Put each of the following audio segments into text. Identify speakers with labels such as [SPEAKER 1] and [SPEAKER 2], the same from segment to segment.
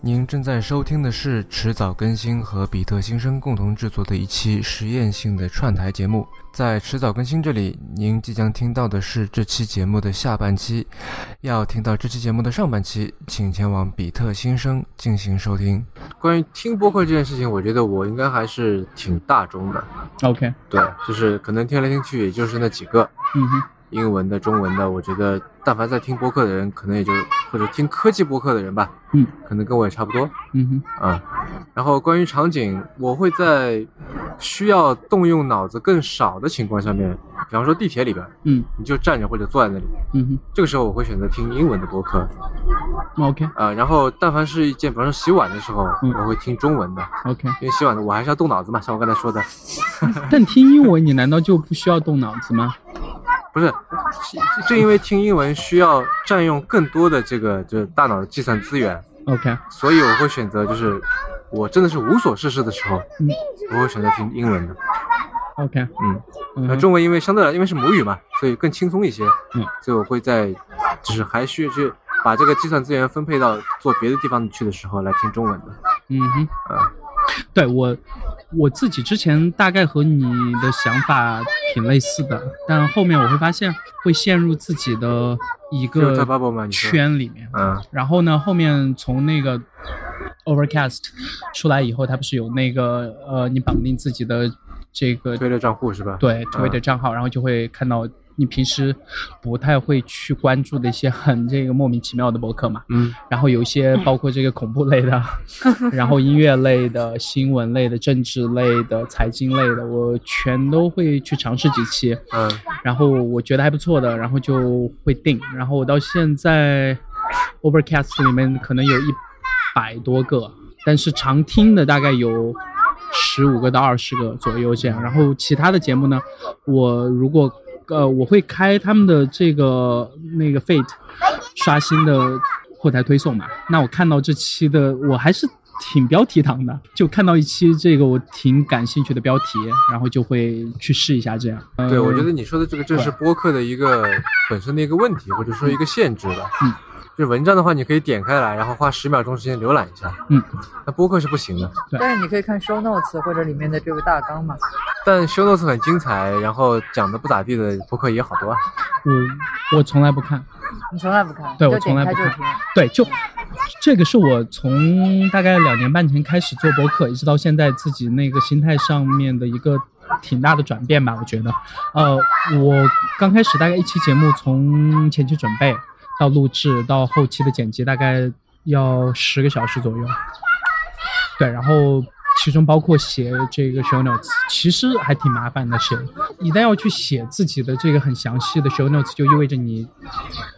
[SPEAKER 1] 您正在收听的是迟早更新和比特新生共同制作的一期实验性的串台节目。在迟早更新这里，您即将听到的是这期节目的下半期。要听到这期节目的上半期，请前往比特新生进行收听。关于听播客这件事情，我觉得我应该还是挺大众的。
[SPEAKER 2] OK，
[SPEAKER 1] 对，就是可能听来听去也就是那几个
[SPEAKER 2] 嗯哼，
[SPEAKER 1] 英文的、中文的。我觉得，但凡在听播客的人，可能也就或者听科技播客的人吧，
[SPEAKER 2] 嗯，
[SPEAKER 1] 可能跟我也差不多。
[SPEAKER 2] 嗯哼，
[SPEAKER 1] 啊、然后关于场景，我会在需要动用脑子更少的情况下面，比方说地铁里边，
[SPEAKER 2] 嗯
[SPEAKER 1] 你就站着或者坐在那里，
[SPEAKER 2] 嗯
[SPEAKER 1] 这个时候我会选择听英文的播客
[SPEAKER 2] 哼，OK
[SPEAKER 1] 啊、然后但凡是一件，比方说洗碗的时候，
[SPEAKER 2] 嗯
[SPEAKER 1] 我会听中文的，
[SPEAKER 2] OK，
[SPEAKER 1] 因为洗碗的我还是要动脑子嘛，像我刚才说的，
[SPEAKER 2] 但听英文你难道就不需要动脑子吗？
[SPEAKER 1] 不是，正因为听英文需要占用更多的这个就是大脑的计算资源，
[SPEAKER 2] OK，
[SPEAKER 1] 所以我会选择就是我真的是无所事事的时候，
[SPEAKER 2] 嗯
[SPEAKER 1] 我会选择听英文的，
[SPEAKER 2] OK，
[SPEAKER 1] 嗯。
[SPEAKER 2] 嗯
[SPEAKER 1] 那
[SPEAKER 2] 哼
[SPEAKER 1] 中文因为相对来，因为是母语嘛，所以更轻松一些。
[SPEAKER 2] 嗯，
[SPEAKER 1] 所以我会在，就是还需去把这个计算资源分配到做别的地方去的时候来听中文的。
[SPEAKER 2] 嗯哼，
[SPEAKER 1] 啊、
[SPEAKER 2] 对我我自己之前大概和你的想法挺类似的，但后面我会发现会陷入自己的一
[SPEAKER 1] filter
[SPEAKER 2] 个
[SPEAKER 1] bubble 吗你说
[SPEAKER 2] 圈里面。
[SPEAKER 1] 嗯，
[SPEAKER 2] 然后呢，后面从那个 Overcast 出来以后，它不是有那个呃，你绑定自己的这个
[SPEAKER 1] 推特账户是吧？，
[SPEAKER 2] 对 Twitter 账号，然后就会看到你平时不太会去关注的一些很这个莫名其妙的博客嘛。
[SPEAKER 1] 嗯，
[SPEAKER 2] 然后有一些包括这个恐怖类的，然后音乐类的、新闻类的、政治类的、财经类的，我全都会去尝试几期。
[SPEAKER 1] 嗯，
[SPEAKER 2] 然后我觉得还不错的，然后就会定。然后我到现在 Overcast 里面可能有一百多个，但是常听的大概有十五个到二十个左右这样。然后其他的节目呢，我如果呃我会开他们的这个那个 Fate 刷新的后台推送嘛。那我看到这期的我还是。挺标题党的，就看到一期这个我挺感兴趣的标题，然后就会去试一下这样。呃
[SPEAKER 1] 嗯对，我觉得你说的这个正是播客的一个本身的一个问题，或者说一个限制吧。
[SPEAKER 2] 嗯，
[SPEAKER 1] 就文章的话，你可以点开来，然后花十秒钟时间浏览一下。
[SPEAKER 2] 嗯，
[SPEAKER 1] 那播客是不行的。
[SPEAKER 3] 但是你可以看 show notes 或者里面的这个大纲嘛。
[SPEAKER 1] 但 show notes 很精彩，然后讲的不咋地的播客也好多啊。
[SPEAKER 2] 嗯我我从来不看，
[SPEAKER 3] 你从来不看，
[SPEAKER 2] 对我
[SPEAKER 3] 就
[SPEAKER 2] 从来
[SPEAKER 3] 点开
[SPEAKER 2] 不
[SPEAKER 3] 就
[SPEAKER 2] 看
[SPEAKER 3] 听。
[SPEAKER 2] 对，就这个是我从大概两年半前开始做播客，一直到现在自己那个心态上面的一个挺大的转变吧，我觉得。呃，我刚开始大概一期节目从前期准备到录制到后期的剪辑，大概要十个小时左右。对，然后其中包括写这个 show notes，其实还挺麻烦的是，一旦要去写自己的这个很详细的 show notes，就意味着你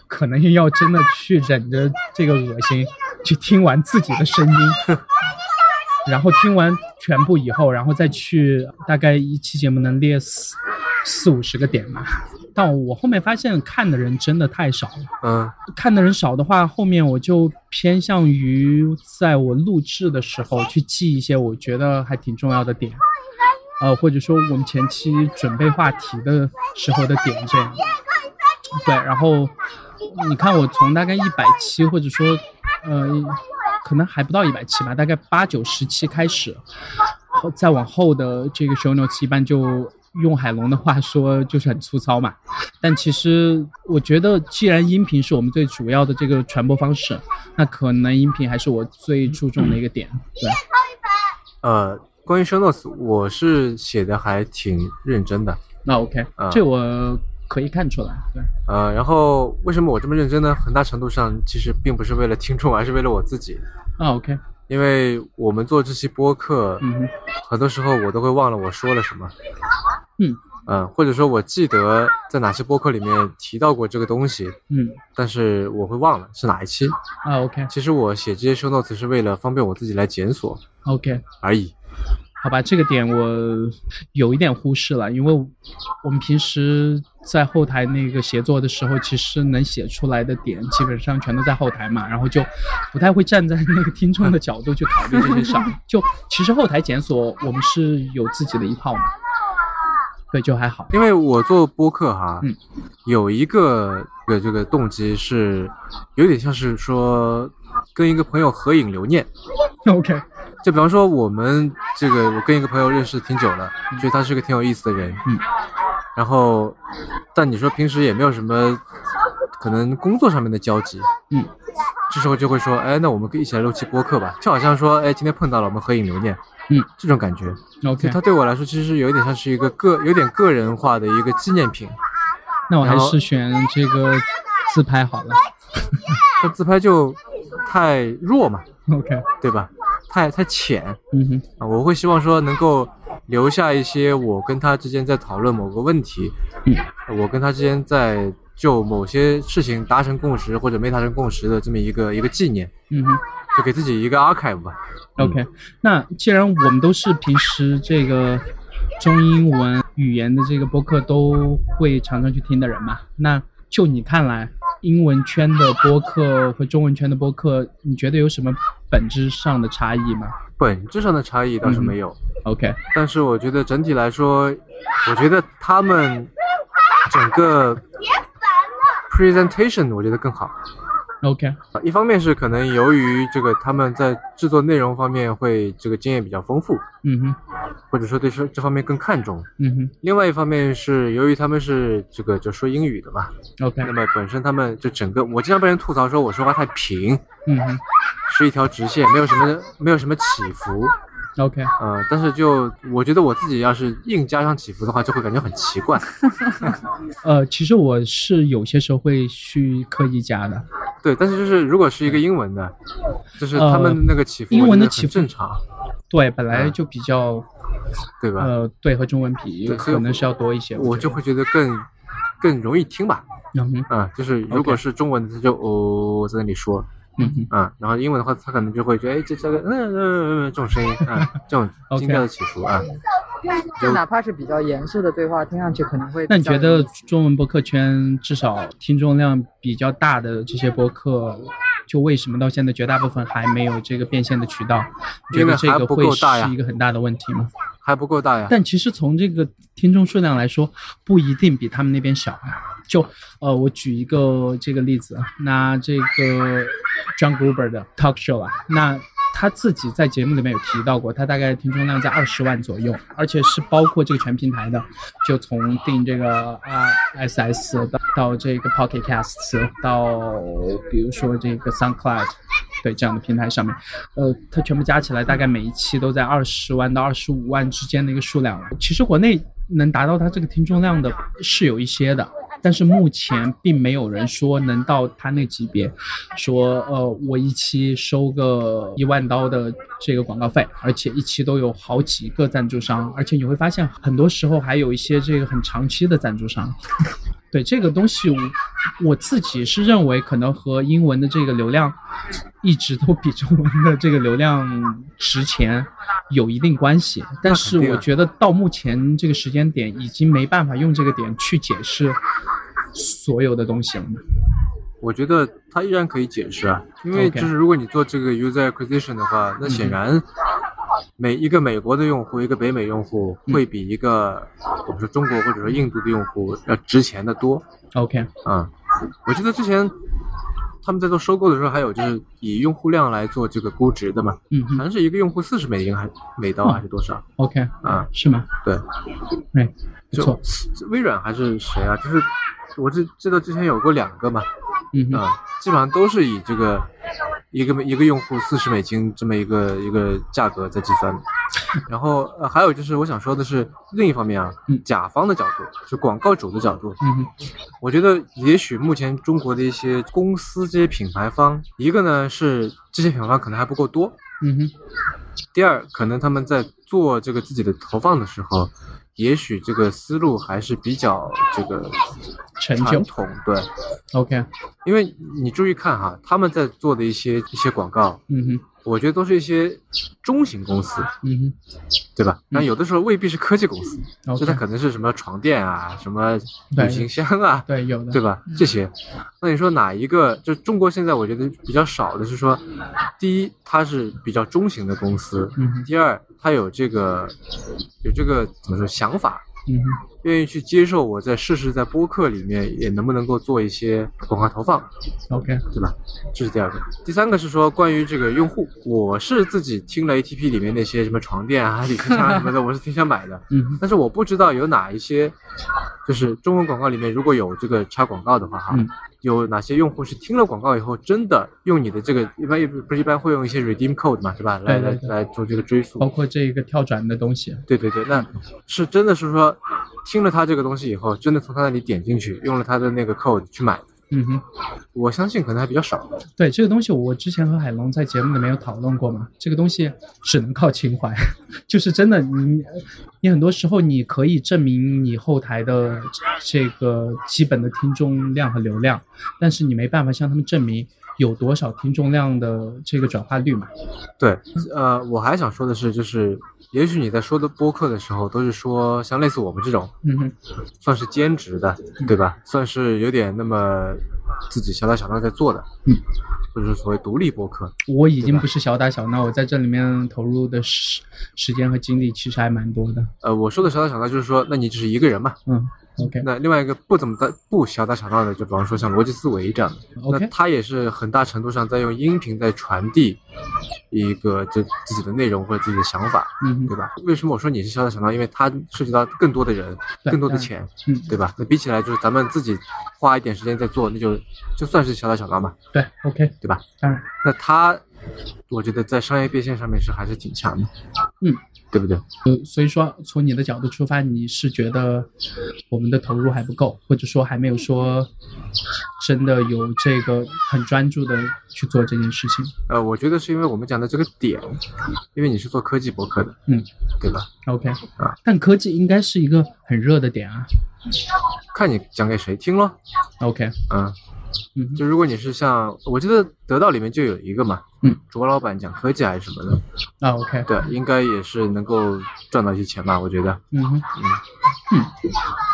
[SPEAKER 2] 可能要真的去忍着这个恶心，去听完自己的声音。然后听完全部以后，然后再去大概一期节目能列四四五十个点吧。但我后面发现看的人真的太少了，
[SPEAKER 1] 嗯
[SPEAKER 2] 看的人少的话，后面我就偏向于在我录制的时候去记一些我觉得还挺重要的点，呃，或者说我们前期准备话题的时候的点这样。对，然后你看我从大概一百期，或者说呃，可能还不到一百期吧，大概八九十期开始，后再往后的这个 show notes 一般就用海龙的话说就是很粗糙嘛。但其实我觉得，既然音频是我们最主要的这个传播方式，那可能音频还是我最注重的一个点。对，
[SPEAKER 1] 呃，关于 show notes，我是写的还挺认真的。
[SPEAKER 2] 那 OK，、
[SPEAKER 1] 啊
[SPEAKER 2] 这我可以看出来。对，
[SPEAKER 1] 呃，然后为什么我这么认真呢？很大程度上其实并不是为了听众，而是为了我自己。
[SPEAKER 2] 那啊 OK，
[SPEAKER 1] 因为我们做这期播客，
[SPEAKER 2] 嗯哼，
[SPEAKER 1] 很多时候我都会忘了我说了什么。
[SPEAKER 2] 嗯
[SPEAKER 1] 嗯、或者说我记得在哪些播客里面提到过这个东西，
[SPEAKER 2] 嗯，
[SPEAKER 1] 但是我会忘了是哪一期。
[SPEAKER 2] 啊 OK
[SPEAKER 1] 其实我写这些 show notes 是为了方便我自己来检索
[SPEAKER 2] OK，
[SPEAKER 1] 而已。
[SPEAKER 2] 好吧，这个点我有一点忽视了，因为我们平时在后台那个协作的时候，其实能写出来的点基本上全都在后台嘛，然后就不太会站在那个听众的角度去考 虑这些事儿。就其实后台检索我们是有自己的一套嘛，对，就还好。
[SPEAKER 1] 因为我做播客哈，
[SPEAKER 2] 嗯
[SPEAKER 1] 有一个这个这个动机是有点像是说跟一个朋友合影留念。
[SPEAKER 2] OK，
[SPEAKER 1] 就比方说我们这个，我跟一个朋友认识挺久了，觉得他是个挺有意思的人，
[SPEAKER 2] 嗯，
[SPEAKER 1] 然后但你说平时也没有什么可能工作上面的交集，
[SPEAKER 2] 嗯，
[SPEAKER 1] 这时候就会说，哎，那我们可以一起来录期播客吧，就好像说，哎，今天碰到了，我们合影留念，
[SPEAKER 2] 嗯，
[SPEAKER 1] 这种感觉， 就
[SPEAKER 2] OK，
[SPEAKER 1] 它对我来说其实有一点像是一个个有点个人化的一个纪念品，
[SPEAKER 2] 那我还
[SPEAKER 1] 然后
[SPEAKER 2] 是选这个自拍好 了。
[SPEAKER 1] 但自拍就太弱嘛，
[SPEAKER 2] OK，
[SPEAKER 1] 对吧？太太浅，
[SPEAKER 2] 嗯哼，
[SPEAKER 1] 啊，我会希望说能够留下一些我跟他之间在讨论某个问题，
[SPEAKER 2] 嗯
[SPEAKER 1] 我跟他之间在就某些事情达成共识或者没达成共识的这么一个一个纪念，
[SPEAKER 2] 嗯哼。
[SPEAKER 1] 就给自己一个 archive 吧。嗯
[SPEAKER 2] OK，、那既然我们都是平时这个中英文语言的这个播客都会常常去听的人嘛，那就你看来，英文圈的播客和中文圈的播客，你觉得有什么本质上的差异吗
[SPEAKER 1] 本质上的差异
[SPEAKER 2] 嗯
[SPEAKER 1] 倒是没有，
[SPEAKER 2] ？OK，
[SPEAKER 1] 但是我觉得整体来说，我觉得他们整个 presentation 我觉得更好。
[SPEAKER 2] OK，
[SPEAKER 1] 啊一方面是可能由于这个他们在制作内容方面会这个经验比较丰富，
[SPEAKER 2] 嗯哼，
[SPEAKER 1] 或者说对这这方面更看重。
[SPEAKER 2] 嗯
[SPEAKER 1] 另外一方面是，由于他们是这个就说英语的嘛，
[SPEAKER 2] 哼，OK，
[SPEAKER 1] 那么本身他们就整个，我经常被人吐槽说我说话太平，
[SPEAKER 2] 嗯哼
[SPEAKER 1] 是一条直线，没有什么没有什么起伏，
[SPEAKER 2] ，OK，
[SPEAKER 1] 呃，但是就我觉得我自己要是硬加上起伏的话，就会感觉很奇怪。
[SPEAKER 2] 呃，其实我是有些时候会去刻意加的，
[SPEAKER 1] 对，但是就是如果是一个英文的，就是他们那个起伏，
[SPEAKER 2] 呃英文的起伏
[SPEAKER 1] 正常，
[SPEAKER 2] 对，本来
[SPEAKER 1] 嗯
[SPEAKER 2] 就比较
[SPEAKER 1] 对吧？
[SPEAKER 2] 呃，对和中文比，有
[SPEAKER 1] 对所以
[SPEAKER 2] 可能
[SPEAKER 1] 我
[SPEAKER 2] 是要多一些，
[SPEAKER 1] 我
[SPEAKER 2] 觉
[SPEAKER 1] 就
[SPEAKER 2] 得
[SPEAKER 1] 会觉得更更容易听吧，
[SPEAKER 2] 嗯哼，
[SPEAKER 1] 啊、就是如果是中文的，他就哦在那里说，
[SPEAKER 2] 嗯哼。
[SPEAKER 1] 啊，然后英文的话，他可能就会觉得，哎，这这个，嗯嗯嗯嗯，这种声音，啊，这 种
[SPEAKER 2] OK
[SPEAKER 1] 音调的起伏啊，
[SPEAKER 3] 就哪怕是比较严肃的对话，听上去可能会比较
[SPEAKER 2] 那你觉得
[SPEAKER 3] 有意思
[SPEAKER 2] 中文播客圈至少听众量比较大的这些播客，就为什么到现在绝大部分还没有这个变现的渠道？你觉
[SPEAKER 1] 因为
[SPEAKER 2] 得这
[SPEAKER 1] 还
[SPEAKER 2] 个
[SPEAKER 1] 不
[SPEAKER 2] 会
[SPEAKER 1] 够大呀
[SPEAKER 2] 是一个很大的问题吗？
[SPEAKER 1] 还不够大呀。
[SPEAKER 2] 但其实从这个听众数量来说，不一定比他们那边小啊。就呃，我举一个这个例子，啊，那这个 John Gruber 的 Talk Show 啊，那他自己在节目里面有提到过，他大概听众量在二十万左右，而且是包括这个全平台的，就从定这个啊 SS 到到这个 Pocket Casts，到比如说这个 SoundCloud。对这样的平台上面，呃，它全部加起来大概每一期都在二十万到二十五万之间的一个数量了。其实国内能达到它这个听众量的是有一些的，但是目前并没有人说能到它那级别，说呃我一期收个一万刀的这个广告费，而且一期都有好几个赞助商，而且你会发现很多时候还有一些这个很长期的赞助商。 对这个东西我，我自己是认为可能和英文的这个流量一直都比中文的这个流量值钱有一定关系，但是
[SPEAKER 1] 那肯定
[SPEAKER 2] 我
[SPEAKER 1] 啊
[SPEAKER 2] 觉得到目前这个时间点已经没办法用这个点去解释所有的东西了。
[SPEAKER 1] 我觉得它依然可以解释啊，因为
[SPEAKER 2] OK 嗯
[SPEAKER 1] 就是如果你做这个 user acquisition 的话，那显然每一个美国的用户，一个北美用户
[SPEAKER 2] 嗯
[SPEAKER 1] 会比一个我们说中国或者说印度的用户要值钱的多
[SPEAKER 2] OK，
[SPEAKER 1] 啊。我记得之前他们在做收购的时候，还有就是以用户量来做这个估值的嘛，
[SPEAKER 2] 嗯
[SPEAKER 1] 好
[SPEAKER 2] 哼
[SPEAKER 1] 像是一个用户四十美金还美
[SPEAKER 2] 嗯
[SPEAKER 1] 刀还是多少
[SPEAKER 2] ，OK，
[SPEAKER 1] 啊？
[SPEAKER 2] 是吗？
[SPEAKER 1] 对，
[SPEAKER 2] 对，不
[SPEAKER 1] 就
[SPEAKER 2] 错，
[SPEAKER 1] 这微软还是谁啊？就是我知知道之前有过两个嘛，
[SPEAKER 2] 嗯
[SPEAKER 1] 啊、
[SPEAKER 2] 哼
[SPEAKER 1] 基本上都是以这个一个一个用户四十美金这么一个一个价格在计算的。然后呃，还有就是我想说的是，另一方面啊，
[SPEAKER 2] 嗯
[SPEAKER 1] 甲方的角度，就广告主的角度，
[SPEAKER 2] 嗯哼
[SPEAKER 1] 我觉得也许目前中国的一些公司、这些品牌方，一个呢是这些品牌方可能还不够多，
[SPEAKER 2] 嗯哼
[SPEAKER 1] 第二，可能他们在做这个自己的投放的时候，也许这个思路还是比较这个
[SPEAKER 2] 陈旧
[SPEAKER 1] 传统，对，
[SPEAKER 2] ，OK，
[SPEAKER 1] 因为你注意看哈，他们在做的一些一些广告，
[SPEAKER 2] 嗯哼
[SPEAKER 1] 我觉得都是一些中型公司，
[SPEAKER 2] 嗯
[SPEAKER 1] 对吧？那有的时候未必是科技公司，
[SPEAKER 2] 哼
[SPEAKER 1] 就它
[SPEAKER 2] 嗯，OK，
[SPEAKER 1] 可能是什么床垫啊、什么
[SPEAKER 2] 对
[SPEAKER 1] 旅行箱啊，
[SPEAKER 2] 对，有的，
[SPEAKER 1] 对吧？这些，那你说哪一个？就中国现在我觉得比较少的是说，第一，它是比较中型的公司，
[SPEAKER 2] 嗯哼
[SPEAKER 1] 第二，他有这个有这个怎么说想法，
[SPEAKER 2] 嗯哼，
[SPEAKER 1] 愿意去接受我在试试在播客里面也能不能够做一些广告投放，
[SPEAKER 2] OK，
[SPEAKER 1] 对吧？这是第二个，第三个是说关于这个用户，我是自己听了 ATP 里面那些什么床垫啊、理性啊什么的，我是挺想买的，
[SPEAKER 2] 嗯哼，
[SPEAKER 1] 但是我不知道有哪一些，就是中文广告里面如果有这个插广告的话哈，
[SPEAKER 2] 嗯
[SPEAKER 1] 有哪些用户是听了广告以后真的用你的这个一般不是一般会用一些 redeem code 嘛，是吧？来
[SPEAKER 2] 对
[SPEAKER 1] 来
[SPEAKER 2] 对
[SPEAKER 1] 来做这个追溯
[SPEAKER 2] 包，括这个跳转的东西，
[SPEAKER 1] 对对对，那是真的是说听了他这个东西以后，真的从他那里点进去，用了他的那个 code 去买的，
[SPEAKER 2] 嗯哼，
[SPEAKER 1] 我相信可能还比较少。
[SPEAKER 2] 对这个东西，我之前和海龙在节目里面有讨论过嘛，这个东西只能靠情怀， 就是真的你你很多时候你可以证明你后台的这个基本的听众量和流量，但是你没办法向他们证明有多少听众量的这个转化率嘛，
[SPEAKER 1] 对，呃，我还想说的是，就是也许你在说的播客的时候，都是说像类似我们这种
[SPEAKER 2] 嗯哼，
[SPEAKER 1] 算是兼职的，对吧？算是有点那么自己小打小闹在做的，
[SPEAKER 2] 嗯，
[SPEAKER 1] 或者说所谓独立播客，
[SPEAKER 2] 我已经
[SPEAKER 1] 对吧
[SPEAKER 2] 不是小打小闹，我在这里面投入的时时间和精力其实还蛮多的，
[SPEAKER 1] 呃，我说的小打小闹就是说，那你只是一个人嘛。
[SPEAKER 2] 嗯，OK
[SPEAKER 1] 那另外一个不怎么大不小打小闹的，就比方说像逻辑思维这样的，那
[SPEAKER 2] OK，
[SPEAKER 1] 他也是很大程度上在用音频在传递一个这自己的内容或者自己的想法，
[SPEAKER 2] 嗯
[SPEAKER 1] 对
[SPEAKER 2] 哼，
[SPEAKER 1] 吧？为什么我说你是小打小闹？因为它涉及到更多的人，
[SPEAKER 2] 对
[SPEAKER 1] 更多的
[SPEAKER 2] 当然
[SPEAKER 1] 钱，
[SPEAKER 2] 嗯，
[SPEAKER 1] 对吧？那比起来就是咱们自己花一点时间在做，那就就算是小打小闹嘛，
[SPEAKER 2] 对，OK，
[SPEAKER 1] 对吧？
[SPEAKER 2] 当然，
[SPEAKER 1] 那他，我觉得在商业变现上面是还是挺强的，
[SPEAKER 2] 嗯，
[SPEAKER 1] 对不对？
[SPEAKER 2] 呃，所以说从你的角度出发，你是觉得我们的投入还不够，或者说还没有说真的有这个很专注的去做这件事情。
[SPEAKER 1] 呃，我觉得是因为我们讲的这个点，因为你是做科技博客的，
[SPEAKER 2] 嗯，
[SPEAKER 1] 对吧？
[SPEAKER 2] OK，但科技应该是一个很热的点啊。
[SPEAKER 1] 看你讲给谁听咯，
[SPEAKER 2] OK，
[SPEAKER 1] 嗯，
[SPEAKER 2] 嗯哼，
[SPEAKER 1] 就如果你是像，我记得得到里面就有一个嘛，
[SPEAKER 2] 嗯，
[SPEAKER 1] 卓老板讲科技还是什么的，
[SPEAKER 2] 啊 OK，
[SPEAKER 1] 对，应该也是能够赚到一些钱吧，我觉得，
[SPEAKER 2] 嗯哼，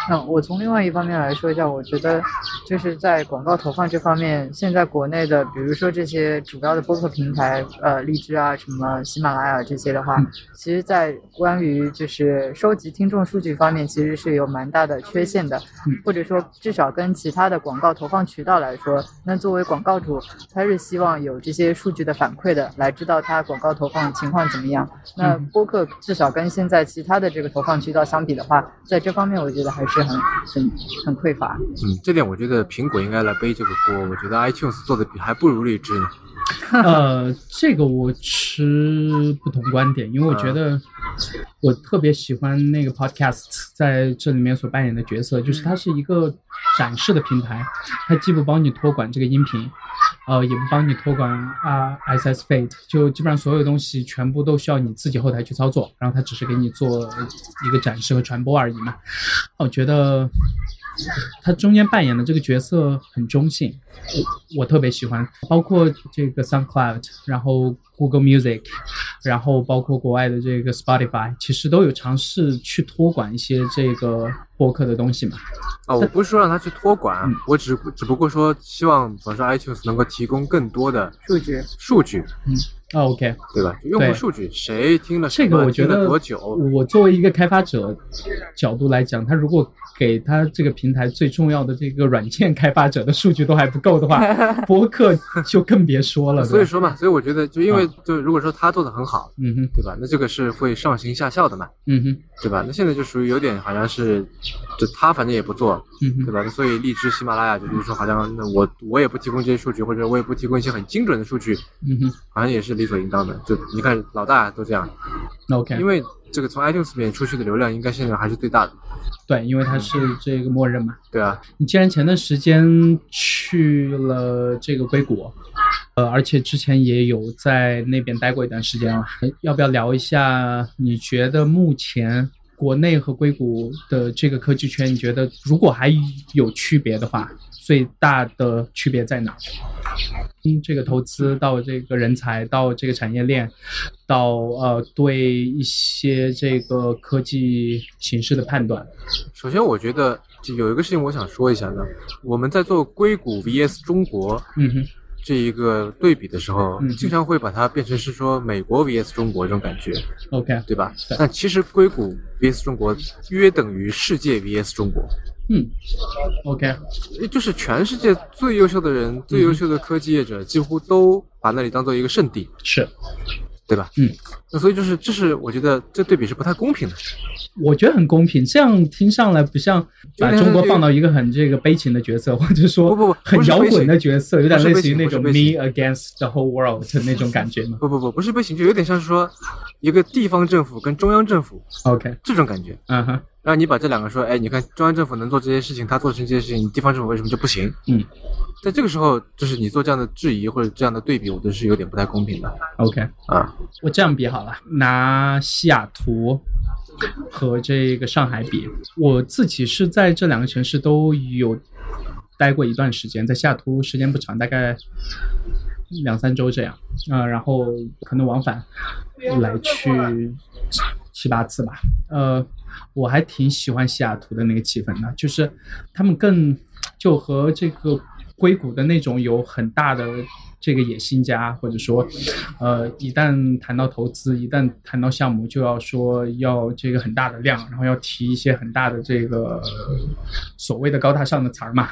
[SPEAKER 3] 那我从另外一方面来说一下，我觉得就是在广告投放这方面，现在国内的，比如说这些主要的播客平台，呃，荔枝啊，什么喜马拉雅这些的话，
[SPEAKER 2] 嗯
[SPEAKER 3] 其实，在关于就是收集听众数据方面，其实是有蛮大的缺陷的，
[SPEAKER 2] 嗯
[SPEAKER 3] 或者说至少跟其他的广告投放渠道来说，那作为广告主，他是希望有这些数据的反馈的，来知道他广告投放情况怎么样。那
[SPEAKER 2] 嗯
[SPEAKER 3] 播客至少跟现在其他的这个投放渠道相比的话，在这方面我觉得还是很很很匮乏。
[SPEAKER 1] 嗯，这点我觉得苹果应该来背这个锅，我觉得 iTunes 做的比还不如荔枝呢，
[SPEAKER 2] 呃，这个我持不同观点，因为我觉得我特别喜欢那个 podcast 在这里面所扮演的角色，就是它是一个展示的平台，它既不帮你托管这个音频，呃，也不帮你托管啊、SS feed，就基本上所有东西全部都需要你自己后台去操作，然后它只是给你做一个展示和传播而已嘛。我觉得他中间扮演的这个角色很中性，我我特别喜欢，包括这个 SoundCloud，然后 Google Music，然后包括国外的这个 Spotify，其实都有尝试去托管一些这个播客的东西嘛。
[SPEAKER 1] 啊，我不是说让他去托管，
[SPEAKER 2] 嗯
[SPEAKER 1] 我只只不过说希望，比方说 iTunes 能够提供更多的
[SPEAKER 3] 数据，
[SPEAKER 1] 数据，
[SPEAKER 2] 啊 OK，
[SPEAKER 1] 对吧？用户
[SPEAKER 2] 对
[SPEAKER 1] 数据，谁听了什
[SPEAKER 2] 这
[SPEAKER 1] 么，
[SPEAKER 2] 个我觉
[SPEAKER 1] 听了
[SPEAKER 2] 得
[SPEAKER 1] 多久，
[SPEAKER 2] 我作为一个开发者角度来讲，他如果给他这个平台最重要的这个软件开发者的数据都还不够的话，播客就更别说了。对吧
[SPEAKER 1] 所以，说嘛，所以我觉得就因为就如果说他做的很好，
[SPEAKER 2] 嗯哼，
[SPEAKER 1] 对吧？那这个是会上行下效的嘛，
[SPEAKER 2] 嗯哼，
[SPEAKER 1] 对吧？那现在就属于有点好像是，就他反正也不做，
[SPEAKER 2] 嗯哼
[SPEAKER 1] 对。吧？所以荔枝、喜马拉雅就比如说好像那我我也不提供这些数据，或者我也不提供一些很精准的数据，
[SPEAKER 2] 嗯哼
[SPEAKER 1] 好像也是理所应当的。就你看老大都这样，
[SPEAKER 2] 那，OK，
[SPEAKER 1] 因为这个从 iTunes 里面出去的流量应该现在还是最大的，
[SPEAKER 2] 对，因为它是这个默认嘛。
[SPEAKER 1] 对啊，
[SPEAKER 2] 你既然前段时间去了这个硅谷，呃，而且之前也有在那边待过一段时间了，呃要不要聊一下？你觉得目前国内和硅谷的这个科技圈，你觉得如果还有区别的话，最大的区别在哪？从这个投资到这个人才，到这个产业链，到呃对一些这个科技形势的判断，
[SPEAKER 1] 首先，我觉得就有一个事情我想说一下呢，我们在做硅谷 VS 中国
[SPEAKER 2] 嗯哼，
[SPEAKER 1] 这一个对比的时候，
[SPEAKER 2] 嗯
[SPEAKER 1] 经常会把它变成是说美国 vs 中国这种感觉，
[SPEAKER 2] OK，
[SPEAKER 1] 对吧
[SPEAKER 2] 是？
[SPEAKER 1] 但其实硅谷 vs 中国约等于世界 vs 中国，
[SPEAKER 2] 嗯，OK，
[SPEAKER 1] 也就是全世界最优秀的
[SPEAKER 2] 嗯
[SPEAKER 1] 人、最优秀的科技业者，几乎都把那里当做一个圣地，
[SPEAKER 2] 是，
[SPEAKER 1] 对吧？
[SPEAKER 2] 嗯，
[SPEAKER 1] 那所以就是，这是我觉得这对比是不太公平的。
[SPEAKER 2] 我觉得很公平。这样听上来不像把中国放到一个很这个悲情的角色，或者说
[SPEAKER 1] 不不不
[SPEAKER 2] 很摇滚的角色，有点类似于那种
[SPEAKER 1] 不是悲
[SPEAKER 2] me
[SPEAKER 1] 情
[SPEAKER 2] against the whole world 的那种感觉嘛。
[SPEAKER 1] 不不不，不是悲情，就有点像是说一个地方政府跟中央政府
[SPEAKER 2] OK，
[SPEAKER 1] 这种感觉。
[SPEAKER 2] 嗯哼，
[SPEAKER 1] 然后你把这两个说，哎，你看中央政府能做这些事情，他做成这些事情，你地方政府为什么就不行？
[SPEAKER 2] 嗯，
[SPEAKER 1] 在这个时候，就是你做这样的质疑或者这样的对比，我觉得是有点不太公平的
[SPEAKER 2] ，OK，
[SPEAKER 1] 啊。
[SPEAKER 2] 我这样比好了，拿西雅图和这个上海比，我自己是在这两个城市都有待过一段时间，在西雅图时间不长，大概两三周这样，啊、然后可能往返来去七八次吧，呃，我还挺喜欢西雅图的那个气氛的，就是他们更就和这个硅谷的那种有很大的这个野心家，或者说，呃，一旦谈到投资，一旦谈到项目，就要说要这个很大的量，然后要提一些很大的这个所谓的高大上的词儿嘛。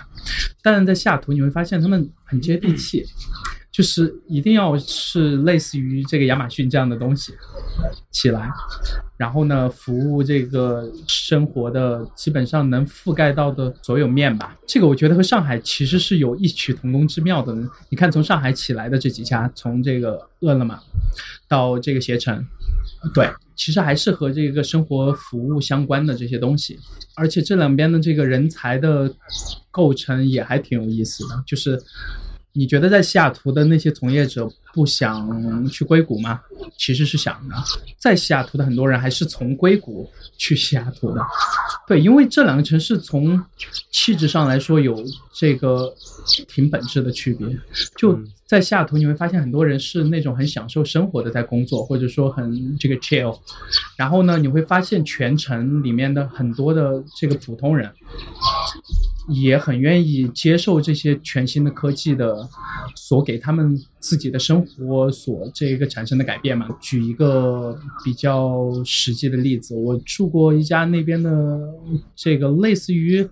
[SPEAKER 2] 但在西雅图你会发现他们很接地气。就是一定要是类似于这个亚马逊这样的东西起来，然后呢，服务这个生活的基本上能覆盖到的所有面吧。这个我觉得和上海其实是有异曲同工之妙的。你看，从上海起来的这几家，从这个饿了么到这个携程，对，其实还是和这个生活服务相关的这些东西。而且这两边的这个人才的构成也还挺有意思的，就是。你觉得在西雅图的那些从业者不想去硅谷吗？其实是想的，在西雅图的很多人还是从硅谷去西雅图的，对，因为这两个城市从气质上来说有这个挺本质的区别。就
[SPEAKER 1] 嗯
[SPEAKER 2] 在西雅图，你会发现很多人是那种很享受生活的，在工作，或者说很这个 chill。然后呢，你会发现全城里面的很多的这个普通人，也很愿意接受这些全新的科技的所给他们自己的生活所这个产生的改变嘛。举一个比较实际的例子，我住过一家那边的这个类似于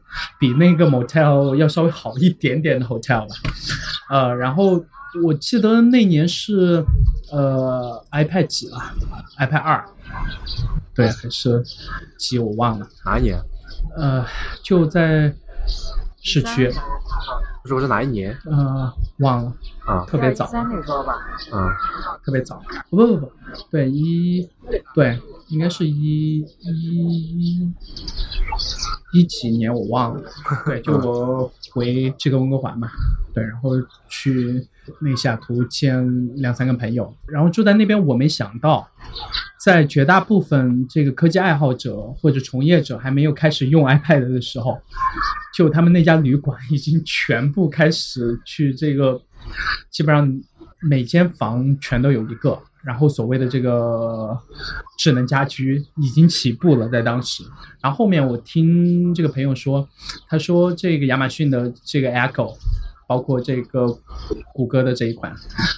[SPEAKER 2] 比那个 motel 要稍微好一点点的 hotel 吧，呃，然后我记得那年是呃 iPad 几了，iPad 二，对，还是几我忘了，
[SPEAKER 1] 哪一年？
[SPEAKER 2] 呃，就在市区。
[SPEAKER 1] 不是我说哪一年
[SPEAKER 2] 呃，忘了，
[SPEAKER 1] 啊
[SPEAKER 2] 特别早，
[SPEAKER 3] 三那个吧，
[SPEAKER 1] 啊？
[SPEAKER 2] 特别早。不不不不，对一，对，应该是一一一几年，我忘了。对，就我回这个温哥华嘛，对，然后去那西雅图见两三个朋友，然后住在那边，我没想到。在绝大部分这个科技爱好者或者从业者还没有开始用 iPad 的时候，就他们那家旅馆已经全部开始去这个，基本上每间房全都有一个，然后所谓的这个智能家居已经起步了，在当时。然后后面我听这个朋友说，他说这个亚马逊的这个 Echo，包括这个谷歌的这一款，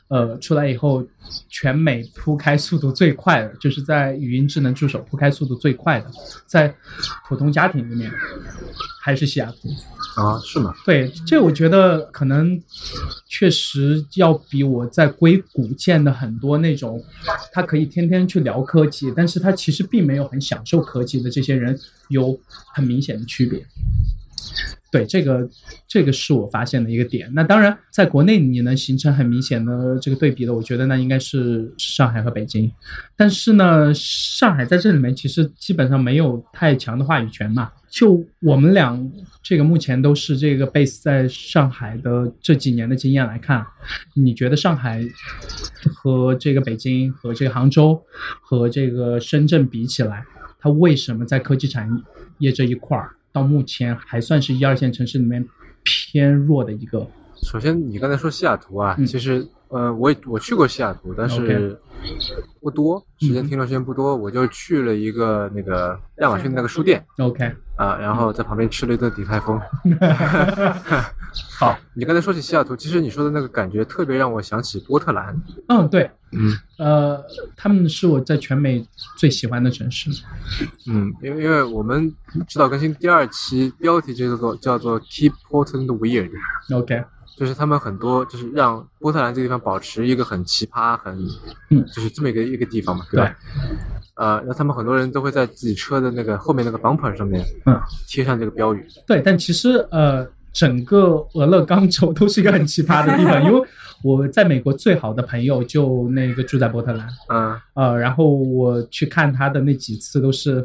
[SPEAKER 2] 呃，出来以后，全美铺开速度最快的，就是在语音智能助手铺开速度最快的，在普通家庭里面，还是西雅图。
[SPEAKER 1] 啊，是吗？
[SPEAKER 2] 对，这我觉得可能确实要比我在硅谷见的很多那种，他可以天天去聊科技，但是他其实并没有很享受科技的这些人有很明显的区别。对，这个这个是我发现的一个点。那当然，在国内你能形成很明显的这个对比的，我觉得那应该是上海和北京。但是呢，上海在这里面其实基本上没有太强的话语权嘛。就我们俩这个目前都是这个 base 在上海的这几年的经验来看，你觉得上海和这个北京、和这个杭州、和这个深圳比起来，它为什么在科技产业这一块儿到目前还算是一二线城市里面偏弱的一个？
[SPEAKER 1] 首先，你刚才说西雅图啊，
[SPEAKER 2] 嗯
[SPEAKER 1] 其实呃，我也我去过西雅图，但是不多，时间
[SPEAKER 2] 嗯
[SPEAKER 1] 停留时间不多，我就去了一个那个亚马逊的那个书店
[SPEAKER 2] OK，
[SPEAKER 1] 啊，然后在旁边吃了一顿鼎泰丰。
[SPEAKER 2] 好，
[SPEAKER 1] 你刚才说起西雅图，其实你说的那个感觉特别让我想起波特兰。
[SPEAKER 2] 嗯，对，
[SPEAKER 1] 嗯
[SPEAKER 2] 呃，他们是我在全美最喜欢的城市。
[SPEAKER 1] 嗯，因为因为我们指导更新第二期标题就叫做叫做 Keep Portland Weird，
[SPEAKER 2] OK，
[SPEAKER 1] 就是他们很多就是让波特兰这个地方保持一个很奇葩、很
[SPEAKER 2] 嗯
[SPEAKER 1] 就是这么一个一个地方嘛，对吧？呃，那他们很多人都会在自己车的那个后面那个 bumper 上面，
[SPEAKER 2] 嗯，
[SPEAKER 1] 贴上这个标语。
[SPEAKER 2] 对，但其实呃，整个俄勒冈州都是一个很奇葩的地方，因为我在美国最好的朋友就那个住在波特兰，
[SPEAKER 1] 嗯
[SPEAKER 2] 呃，然后我去看他的那几次都是，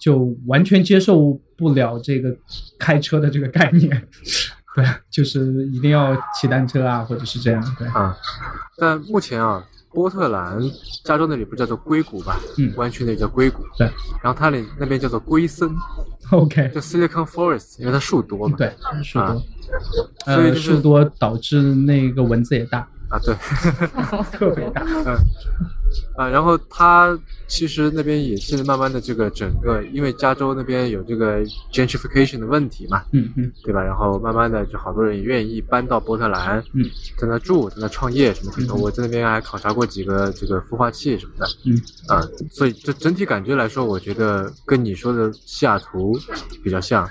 [SPEAKER 2] 就完全接受不了这个开车的这个概念， 对，就是一定要骑单车啊，或者是这样，对，
[SPEAKER 1] 啊，但目前啊，波特兰加州那里不是叫做硅谷吧？
[SPEAKER 2] 嗯
[SPEAKER 1] 湾区那里叫硅谷。
[SPEAKER 2] 对。
[SPEAKER 1] 然后它里那边叫做硅森，
[SPEAKER 2] ，OK，
[SPEAKER 1] 就 Silicon Forest，因为它树多嘛。。
[SPEAKER 2] 对，树
[SPEAKER 1] 啊
[SPEAKER 2] 多，
[SPEAKER 1] 所以
[SPEAKER 2] 呃，
[SPEAKER 1] 就是
[SPEAKER 2] 树多导致那个蚊子也 大，
[SPEAKER 1] 啊，对。
[SPEAKER 2] 特别大，
[SPEAKER 1] 啊，然后它其实那边也是慢慢的这个整个，因为加州那边有这个 gentrification 的问题嘛，
[SPEAKER 2] 嗯嗯
[SPEAKER 1] 对吧？然后慢慢的就好多人也愿意搬到波特兰，
[SPEAKER 2] 嗯，
[SPEAKER 1] 在那住，在那创业什么的。
[SPEAKER 2] 嗯哼
[SPEAKER 1] 我在那边还考察过几个这个孵化器什么的，
[SPEAKER 2] 嗯，
[SPEAKER 1] 啊，所以这整体感觉来说，我觉得跟你说的西雅图比较像。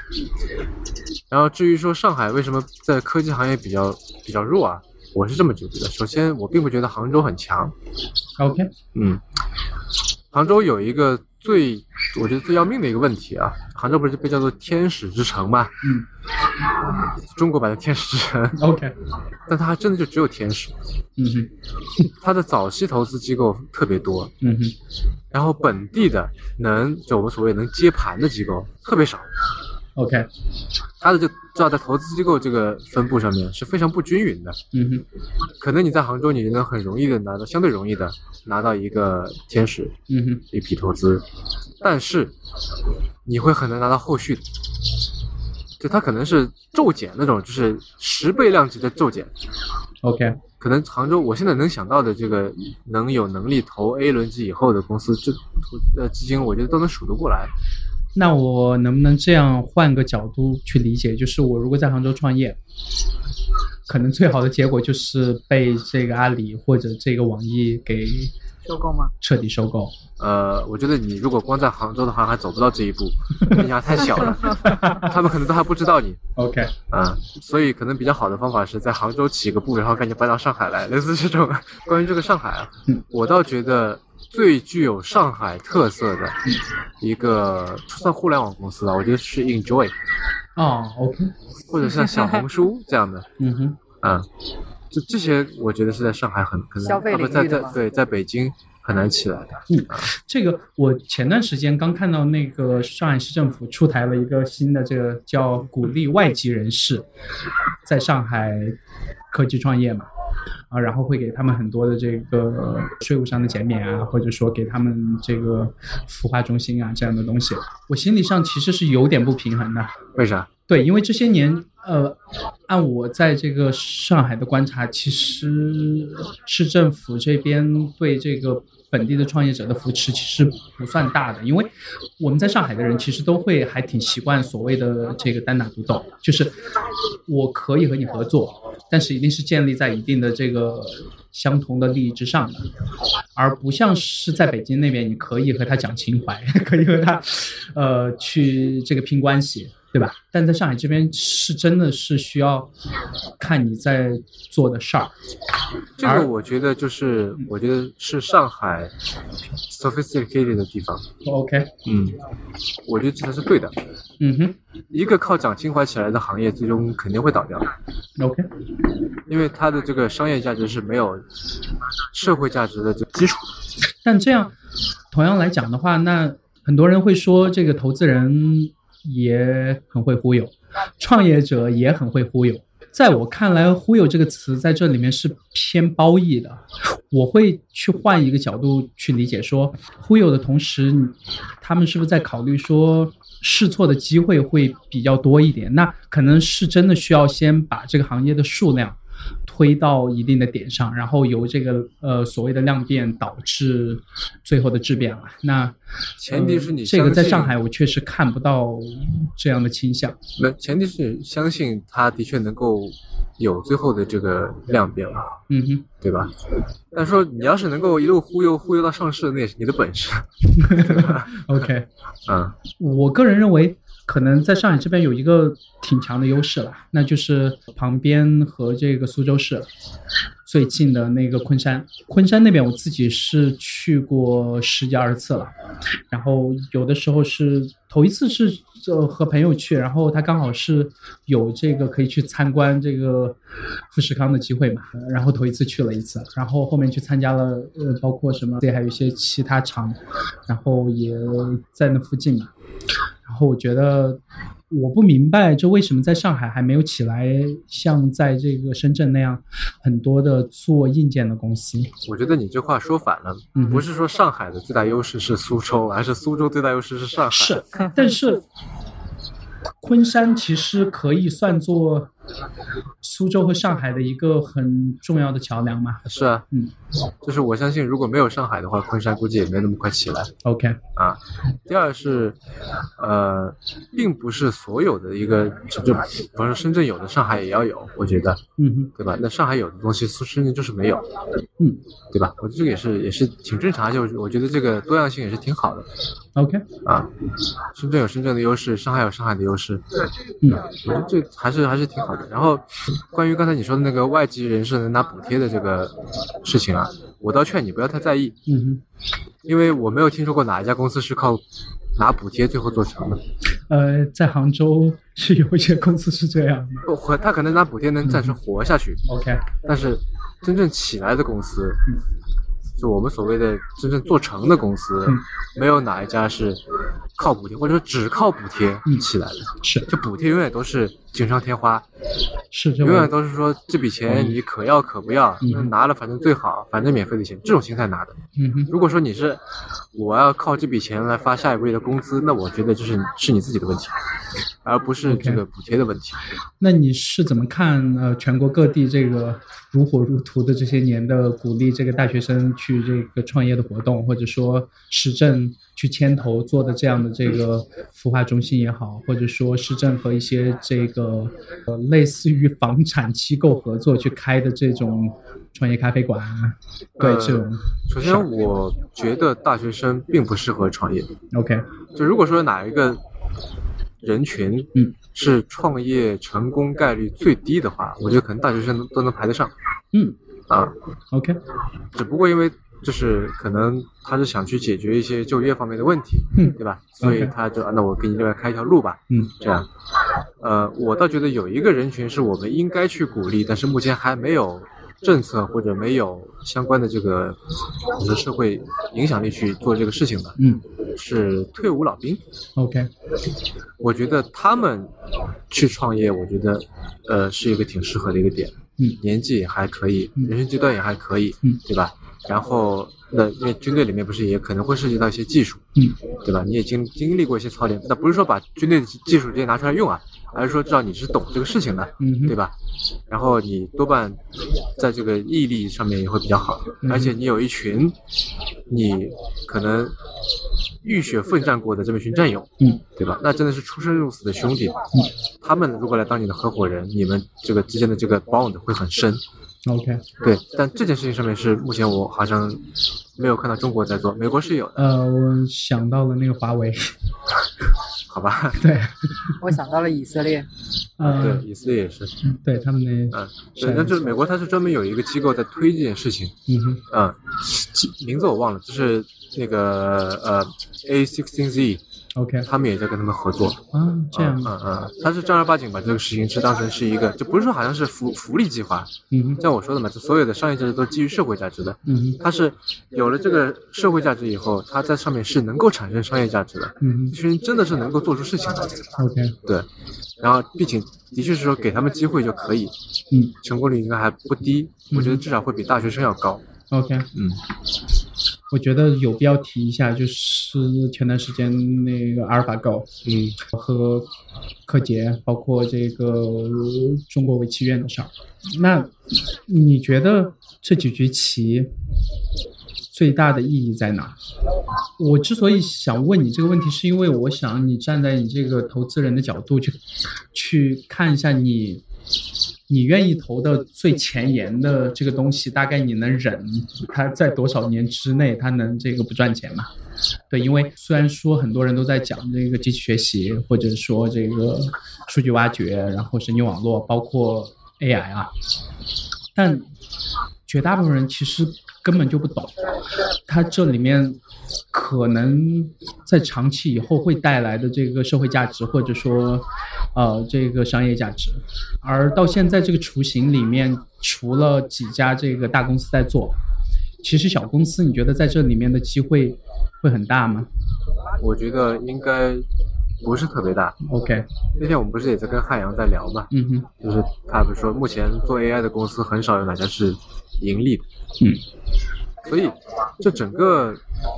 [SPEAKER 1] 然后至于说上海为什么在科技行业比较比较弱啊，我是这么觉得的。首先，我并不觉得杭州很强，
[SPEAKER 2] ，OK，
[SPEAKER 1] 嗯，杭州有一个最我觉得最要命的一个问题啊，杭州不是被叫做天使之城嘛，
[SPEAKER 2] 嗯
[SPEAKER 1] 中国版的天使之城，
[SPEAKER 2] ，OK，
[SPEAKER 1] 但它还真的就只有天使，
[SPEAKER 2] 嗯哼，
[SPEAKER 1] 它的早期投资机构特别多，
[SPEAKER 2] 嗯哼。
[SPEAKER 1] 然后本地的能就我们所谓能接盘的机构特别少，
[SPEAKER 2] OK，
[SPEAKER 1] 它的这至少在投资机构这个分布上面是非常不均匀的，
[SPEAKER 2] 嗯哼，
[SPEAKER 1] 可能你在杭州你能很容易的拿到相对容易的拿到一个天使，
[SPEAKER 2] 嗯哼，
[SPEAKER 1] 一笔投资，但是你会很难拿到后续的，就它可能是骤减那种，就是十倍量级的骤减。
[SPEAKER 2] ，OK，
[SPEAKER 1] 可能杭州，我现在能想到的这个能有能力投 A 轮级以后的公司，这呃基金，我觉得都能数得过来。
[SPEAKER 2] 那我能不能这样换个角度去理解？就是我如果在杭州创业，可能最好的结果就是被这个阿里或者这个网易给
[SPEAKER 3] 收购吗？
[SPEAKER 2] 彻底收购。
[SPEAKER 1] 呃，我觉得你如果光在杭州的话，还走不到这一步， 你还太小了，他们可能都还不知道你
[SPEAKER 2] OK，
[SPEAKER 1] 啊、所以可能比较好的方法是在杭州起个步，然后赶紧搬到上海来，类似这种。 关于这个上海啊
[SPEAKER 2] 嗯，
[SPEAKER 1] 我倒觉得最具有上海特色的一个算互联网公司吧，我觉得是 Enjoy
[SPEAKER 2] 哦，OK，
[SPEAKER 1] 或者像小红书这样的。
[SPEAKER 2] 嗯哼，
[SPEAKER 1] 啊，这这些我觉得是在上海很可能
[SPEAKER 3] 消费
[SPEAKER 1] 啊不
[SPEAKER 3] 领
[SPEAKER 1] 在
[SPEAKER 3] 域的
[SPEAKER 1] 在
[SPEAKER 3] 吗
[SPEAKER 1] 对在北京很难起来的。
[SPEAKER 2] 这个我前段时间刚看到那个上海市政府出台了一个新的这个叫鼓励外籍人士在上海科技创业嘛。啊，然后会给他们很多的这个税务上的减免啊，或者说给他们这个孵化中心啊这样的东西，我心理上其实是有点不平衡的。
[SPEAKER 1] 为啥？
[SPEAKER 2] 对，因为这些年，呃，按我在这个上海的观察，其实市政府这边对这个本地的创业者的扶持其实不算大的，因为我们在上海的人其实都会还挺习惯所谓的这个单打独斗，就是我可以和你合作，但是一定是建立在一定的这个相同的利益之上的。而不像是在北京那边，你可以和他讲情怀， 可以和他，呃，去这个拼关系，对吧？但在上海这边是真的是需要看你在做的事儿，
[SPEAKER 1] 这个我觉得就是我觉得是上海 sophisticated 的地方。
[SPEAKER 2] OK，
[SPEAKER 1] 嗯，我觉得这才是对的。
[SPEAKER 2] 嗯哼
[SPEAKER 1] 一个靠讲情怀起来的行业，最终肯定会倒掉，
[SPEAKER 2] ，OK，
[SPEAKER 1] 因为它的这个商业价值是没有社会价值的这个基础。
[SPEAKER 2] 但这样同样来讲的话，那很多人会说这个投资人也很会忽悠，创业者也很会忽悠。在我看来，“忽悠”这个词在这里面是偏褒义的。我会去换一个角度去理解说，忽悠的同时，你他们是不是在考虑说试错的机会会比较多一点？那可能是真的需要先把这个行业的数量推到一定的点上，然后由这个呃所谓的量变导致最后的质变了。那
[SPEAKER 1] 前提是你
[SPEAKER 2] 呃这个在
[SPEAKER 1] 相信
[SPEAKER 2] 上海我确实看不到这样的倾向。
[SPEAKER 1] 那前提是相信它的确能够有最后的这个量变嘛，
[SPEAKER 2] 嗯哼。
[SPEAKER 1] 对吧？但是说你要是能够一路忽悠忽悠到上市，那也是你的本事。
[SPEAKER 2] OK，
[SPEAKER 1] 嗯，
[SPEAKER 2] 我个人认为，可能在上海这边有一个挺强的优势了，那就是旁边和这个苏州市最近的那个昆山。昆山那边我自己是去过十几二十次了，然后有的时候是头一次是呃和朋友去，然后他刚好是有这个可以去参观这个富士康的机会嘛，然后头一次去了一次，然后后面去参加了呃包括什么，还有一些其他场，然后也在那附近嘛，然后我觉得我不明白这为什么在上海还没有起来像在这个深圳那样很多的做硬件的公司，
[SPEAKER 1] 我觉得你这话说反了，
[SPEAKER 2] 嗯哼
[SPEAKER 1] 不是说上海的最大优势是苏州，而是苏州最大优势是上海。
[SPEAKER 2] 是，但是昆山其实可以算作苏州和上海的一个很重要的桥梁嘛。
[SPEAKER 1] 是啊，
[SPEAKER 2] 嗯，
[SPEAKER 1] 就是我相信，如果没有上海的话，昆山估计也没那么快起来
[SPEAKER 2] OK，
[SPEAKER 1] 啊。第二是，呃，并不是所有的一个，就就不是深圳有的，上海也要有，我觉得，
[SPEAKER 2] 嗯哼，
[SPEAKER 1] 对吧？那上海有的东西，苏深圳就是没有，
[SPEAKER 2] 嗯
[SPEAKER 1] 对吧？我觉得这个也是也是挺正常，就是我觉得这个多样性也是挺好的
[SPEAKER 2] ，OK，
[SPEAKER 1] 啊。深圳有深圳的优势，上海有上海的优势，
[SPEAKER 2] 嗯
[SPEAKER 1] 我觉得这还是还是挺好的。然后，关于刚才你说的那个外籍人士能拿补贴的这个事情啊，我倒劝你不要太在意，
[SPEAKER 2] 嗯哼。
[SPEAKER 1] 因为我没有听说过哪一家公司是靠拿补贴最后做成的。
[SPEAKER 2] 呃，在杭州是有一些公司是这样的。
[SPEAKER 1] 不活，他可能拿补贴能暂时活下去，
[SPEAKER 2] OK，
[SPEAKER 1] 但是真正起来的公司，就我们所谓的真正做成的公司
[SPEAKER 2] 嗯，
[SPEAKER 1] 没有哪一家是靠补贴或者说只靠补贴
[SPEAKER 2] 嗯
[SPEAKER 1] 起来的。
[SPEAKER 2] 是
[SPEAKER 1] 就补贴永远都是锦上添花，
[SPEAKER 2] 是这
[SPEAKER 1] 永远
[SPEAKER 2] 么。
[SPEAKER 1] 都是说这笔钱你可要可不要，
[SPEAKER 2] 嗯
[SPEAKER 1] 那拿了反正最好，反正免费的钱，这种心态拿的。
[SPEAKER 2] 嗯哼，
[SPEAKER 1] 如果说你是我要靠这笔钱来发下一个月的工资，那我觉得就是是你自己的问题，而不是这个补贴的问题。
[SPEAKER 2] 那你是怎么看呃全国各地这个如火如荼的这些年的鼓励这个大学生去这个创业的活动，或者说市政去牵头做的这样的这个孵化中心也好，或者说市政和一些这个呃类似于房产机构合作去开的这种创业咖啡馆啊，对
[SPEAKER 1] 呃
[SPEAKER 2] 这种
[SPEAKER 1] 首先，我觉得大学生并不适合创业。
[SPEAKER 2] OK
[SPEAKER 1] 就如果说哪一个人群，
[SPEAKER 2] 嗯，
[SPEAKER 1] 是创业成功概率最低的话，我觉得可能大学生都能排得上
[SPEAKER 2] 嗯
[SPEAKER 1] 啊。
[SPEAKER 2] OK
[SPEAKER 1] 只不过因为就是可能他是想去解决一些就业方面的问题，
[SPEAKER 2] 嗯
[SPEAKER 1] 对吧？所以
[SPEAKER 2] OK
[SPEAKER 1] 他就、啊那我给你这边开一条路吧，
[SPEAKER 2] 嗯
[SPEAKER 1] 这样。呃，我倒觉得有一个人群是我们应该去鼓励，但是目前还没有政策或者没有相关的这个就是社会影响力去做这个事情的，
[SPEAKER 2] 嗯
[SPEAKER 1] 是退伍老兵。
[SPEAKER 2] OK
[SPEAKER 1] 我觉得他们去创业，我觉得呃是一个挺适合的一个点。
[SPEAKER 2] 嗯
[SPEAKER 1] 年纪也还可以，
[SPEAKER 2] 嗯
[SPEAKER 1] 人生阶段也还可以，
[SPEAKER 2] 嗯
[SPEAKER 1] 对吧？然后那因为军队里面不是也可能会涉及到一些技术，
[SPEAKER 2] 嗯
[SPEAKER 1] 对吧？你也经经历过一些操练，那不是说把军队的技术直接拿出来用啊，而是说知道你是懂这个事情的。
[SPEAKER 2] 嗯哼
[SPEAKER 1] 对吧？然后你多半在这个毅力上面也会比较好，
[SPEAKER 2] 嗯
[SPEAKER 1] 而且你有一群你可能浴血奋战过的这么一群战友，
[SPEAKER 2] 嗯，
[SPEAKER 1] 对吧？那真的是出生入死的兄弟，他们如果来当你的合伙人，你们这个之间的这个 bond 会很深，
[SPEAKER 2] OK
[SPEAKER 1] 对。但这件事情上面是目前我好像没有看到中国在做，美国是有的，
[SPEAKER 2] 呃我想到了那个华为
[SPEAKER 1] 好吧？
[SPEAKER 2] 对
[SPEAKER 3] 我想到了以色列，
[SPEAKER 1] 对
[SPEAKER 2] 呃，
[SPEAKER 1] 以色列也是，
[SPEAKER 2] 对他们那
[SPEAKER 1] 嗯，对，那就是美国它是专门有一个机构在推这件事情，
[SPEAKER 2] 嗯哼
[SPEAKER 1] 嗯，名字我忘了，就是那个呃 A sixteen Z，
[SPEAKER 2] OK
[SPEAKER 1] 他们也在跟他们合作。
[SPEAKER 2] 啊这样
[SPEAKER 1] 嗯嗯嗯，他是正儿八经把这个事情是当成是一个，就不是说好像是福福利计划，
[SPEAKER 2] 嗯哼
[SPEAKER 1] 像我说的嘛，就所有的商业价值都基于社会价值的。
[SPEAKER 2] 嗯哼
[SPEAKER 1] 它是有了这个社会价值以后，它在上面是能够产生商业价值的。
[SPEAKER 2] 嗯
[SPEAKER 1] 这群人真的是能够做出事情的，
[SPEAKER 2] 哼 OK
[SPEAKER 1] 对。然后，并且的确是说给他们机会就可以，
[SPEAKER 2] 嗯
[SPEAKER 1] 成功率应该还不低，我觉得至少会比大学生要高。
[SPEAKER 2] OK
[SPEAKER 1] 嗯，
[SPEAKER 2] 我觉得有必要提一下，就是前段时间那个阿尔法狗，
[SPEAKER 1] 嗯，
[SPEAKER 2] 和柯洁，包括这个中国围棋院的事儿。那你觉得这几局棋最大的意义在哪？我之所以想问你这个问题，是因为我想你站在你这个投资人的角度去去看一下你。你愿意投的最前沿的这个东西，大概你能 忍它在多少年之内，它能这个不赚钱吗？对，因为虽然说很多人都在讲这个机器学习，或者说这个数据挖掘，然后神经网络，包括 AI 啊，但绝大部分人其实根本就不懂，它这里面可能在长期以后会带来的这个社会价值，或者说呃这个商业价值。而到现在这个雏形里面，除了几家这个大公司在做，其实小公司你觉得在这里面的机会会很大吗
[SPEAKER 1] 我觉得应该不是特别大。
[SPEAKER 2] ？OK，
[SPEAKER 1] 那天我们不是也在跟汉阳在聊嘛，
[SPEAKER 2] 嗯哼，
[SPEAKER 1] 就是他们说目前做 AI 的公司很少有哪家是盈利的。
[SPEAKER 2] 嗯，
[SPEAKER 1] 所以这整个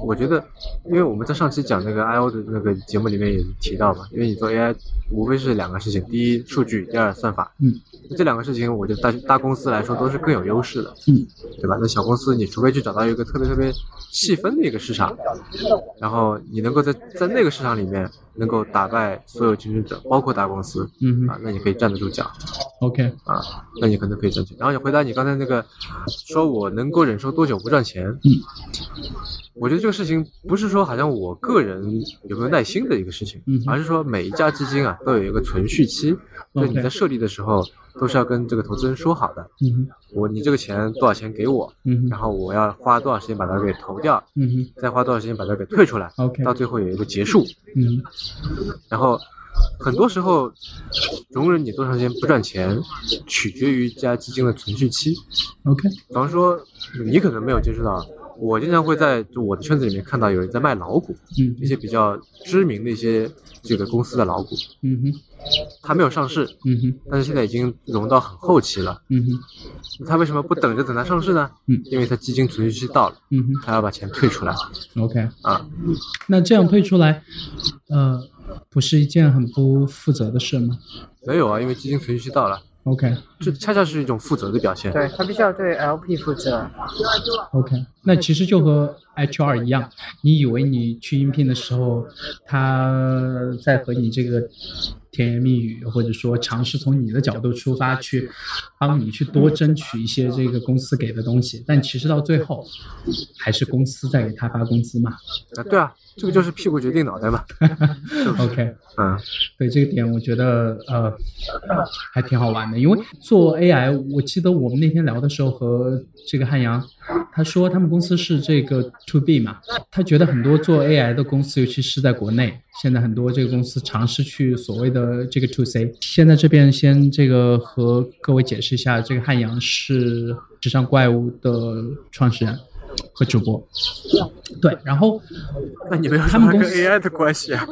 [SPEAKER 1] 我觉得，因为我们在上期讲那个 IO 的那个节目里面也提到嘛，因为你做 AI 无非是两个事情，第一数据，第二算法。
[SPEAKER 2] 嗯，
[SPEAKER 1] 这两个事情我觉得大大公司来说都是更有优势的。
[SPEAKER 2] 嗯，
[SPEAKER 1] 对吧？那小公司你除非去找到一个特别特别细分的一个市场，然后你能够在在那个市场里面能够打败所有竞争者，包括大公司
[SPEAKER 2] 嗯
[SPEAKER 1] 啊
[SPEAKER 2] 哼，
[SPEAKER 1] 那你可以站得住脚。
[SPEAKER 2] ，OK，
[SPEAKER 1] 啊，那你可能可以赚钱。然后你回答你刚才那个，说我能够忍受多久不赚钱？
[SPEAKER 2] 嗯，
[SPEAKER 1] 我觉得这个事情不是说好像我个人有没有耐心的一个事情，
[SPEAKER 2] 嗯哼
[SPEAKER 1] 而是说每一家基金啊都有一个存续期，所以你
[SPEAKER 2] OK
[SPEAKER 1] 在设立的时候都是要跟这个投资人说好的，
[SPEAKER 2] 嗯哼，
[SPEAKER 1] 我你这个钱多少钱给我，
[SPEAKER 2] 嗯
[SPEAKER 1] 然
[SPEAKER 2] 哼，
[SPEAKER 1] 后我要花多少时间把它给投掉，
[SPEAKER 2] 嗯哼
[SPEAKER 1] 再花多少时间把它给退出来，
[SPEAKER 2] ，OK，
[SPEAKER 1] 到最后有一个结束。
[SPEAKER 2] 嗯哼。
[SPEAKER 1] 然后很多时候，容忍你多长时间不赚钱，取决于一家基金的存续期。
[SPEAKER 2] OK，
[SPEAKER 1] 比方说，你可能没有接触到，我经常会在就我的圈子里面看到有人在卖老股，
[SPEAKER 2] 嗯
[SPEAKER 1] 一些比较知名的一些这个公司的老股，
[SPEAKER 2] 嗯哼，
[SPEAKER 1] 它没有上市，
[SPEAKER 2] 嗯哼，
[SPEAKER 1] 但是现在已经融到很后期了。
[SPEAKER 2] 嗯哼，
[SPEAKER 1] 它为什么不等着等它上市呢？
[SPEAKER 2] 嗯
[SPEAKER 1] 因为它基金存续期到了，
[SPEAKER 2] 嗯哼
[SPEAKER 1] 它要把钱退出来
[SPEAKER 2] ，OK。
[SPEAKER 1] 啊。
[SPEAKER 2] 那这样退出来，呃，不是一件很不负责的事吗
[SPEAKER 1] 没有啊，因为基金存续期到了，
[SPEAKER 2] ？OK
[SPEAKER 1] 这恰恰是一种负责的表现。
[SPEAKER 3] 对他必须要对 LP 负责。
[SPEAKER 2] OK，那其实就和 HR 一样，你以为你去应聘的时候，他在和你这个甜言蜜语，或者说尝试从你的角度出发去帮你去多争取一些这个公司给的东西，但其实到最后还是公司在给他发工资嘛。
[SPEAKER 1] 啊，对啊，这个就是屁股决定脑袋嘛。
[SPEAKER 2] OK，
[SPEAKER 1] 嗯，
[SPEAKER 2] 对这个点，我觉得呃还挺好玩的，因为做 AI，我记得我们那天聊的时候和这个汉阳，他说他们公司是这个 to B 嘛，他觉得很多做 AI 的公司，尤其是在国内，现在很多这个公司尝试去所谓的这个 to C。现在这边先这个和各位解释一下，这个汉阳是时尚怪物的创始人和主播，对，然后
[SPEAKER 1] 那你没有说
[SPEAKER 2] 他们
[SPEAKER 1] 它跟
[SPEAKER 2] 公司
[SPEAKER 1] AI 的关 系啊？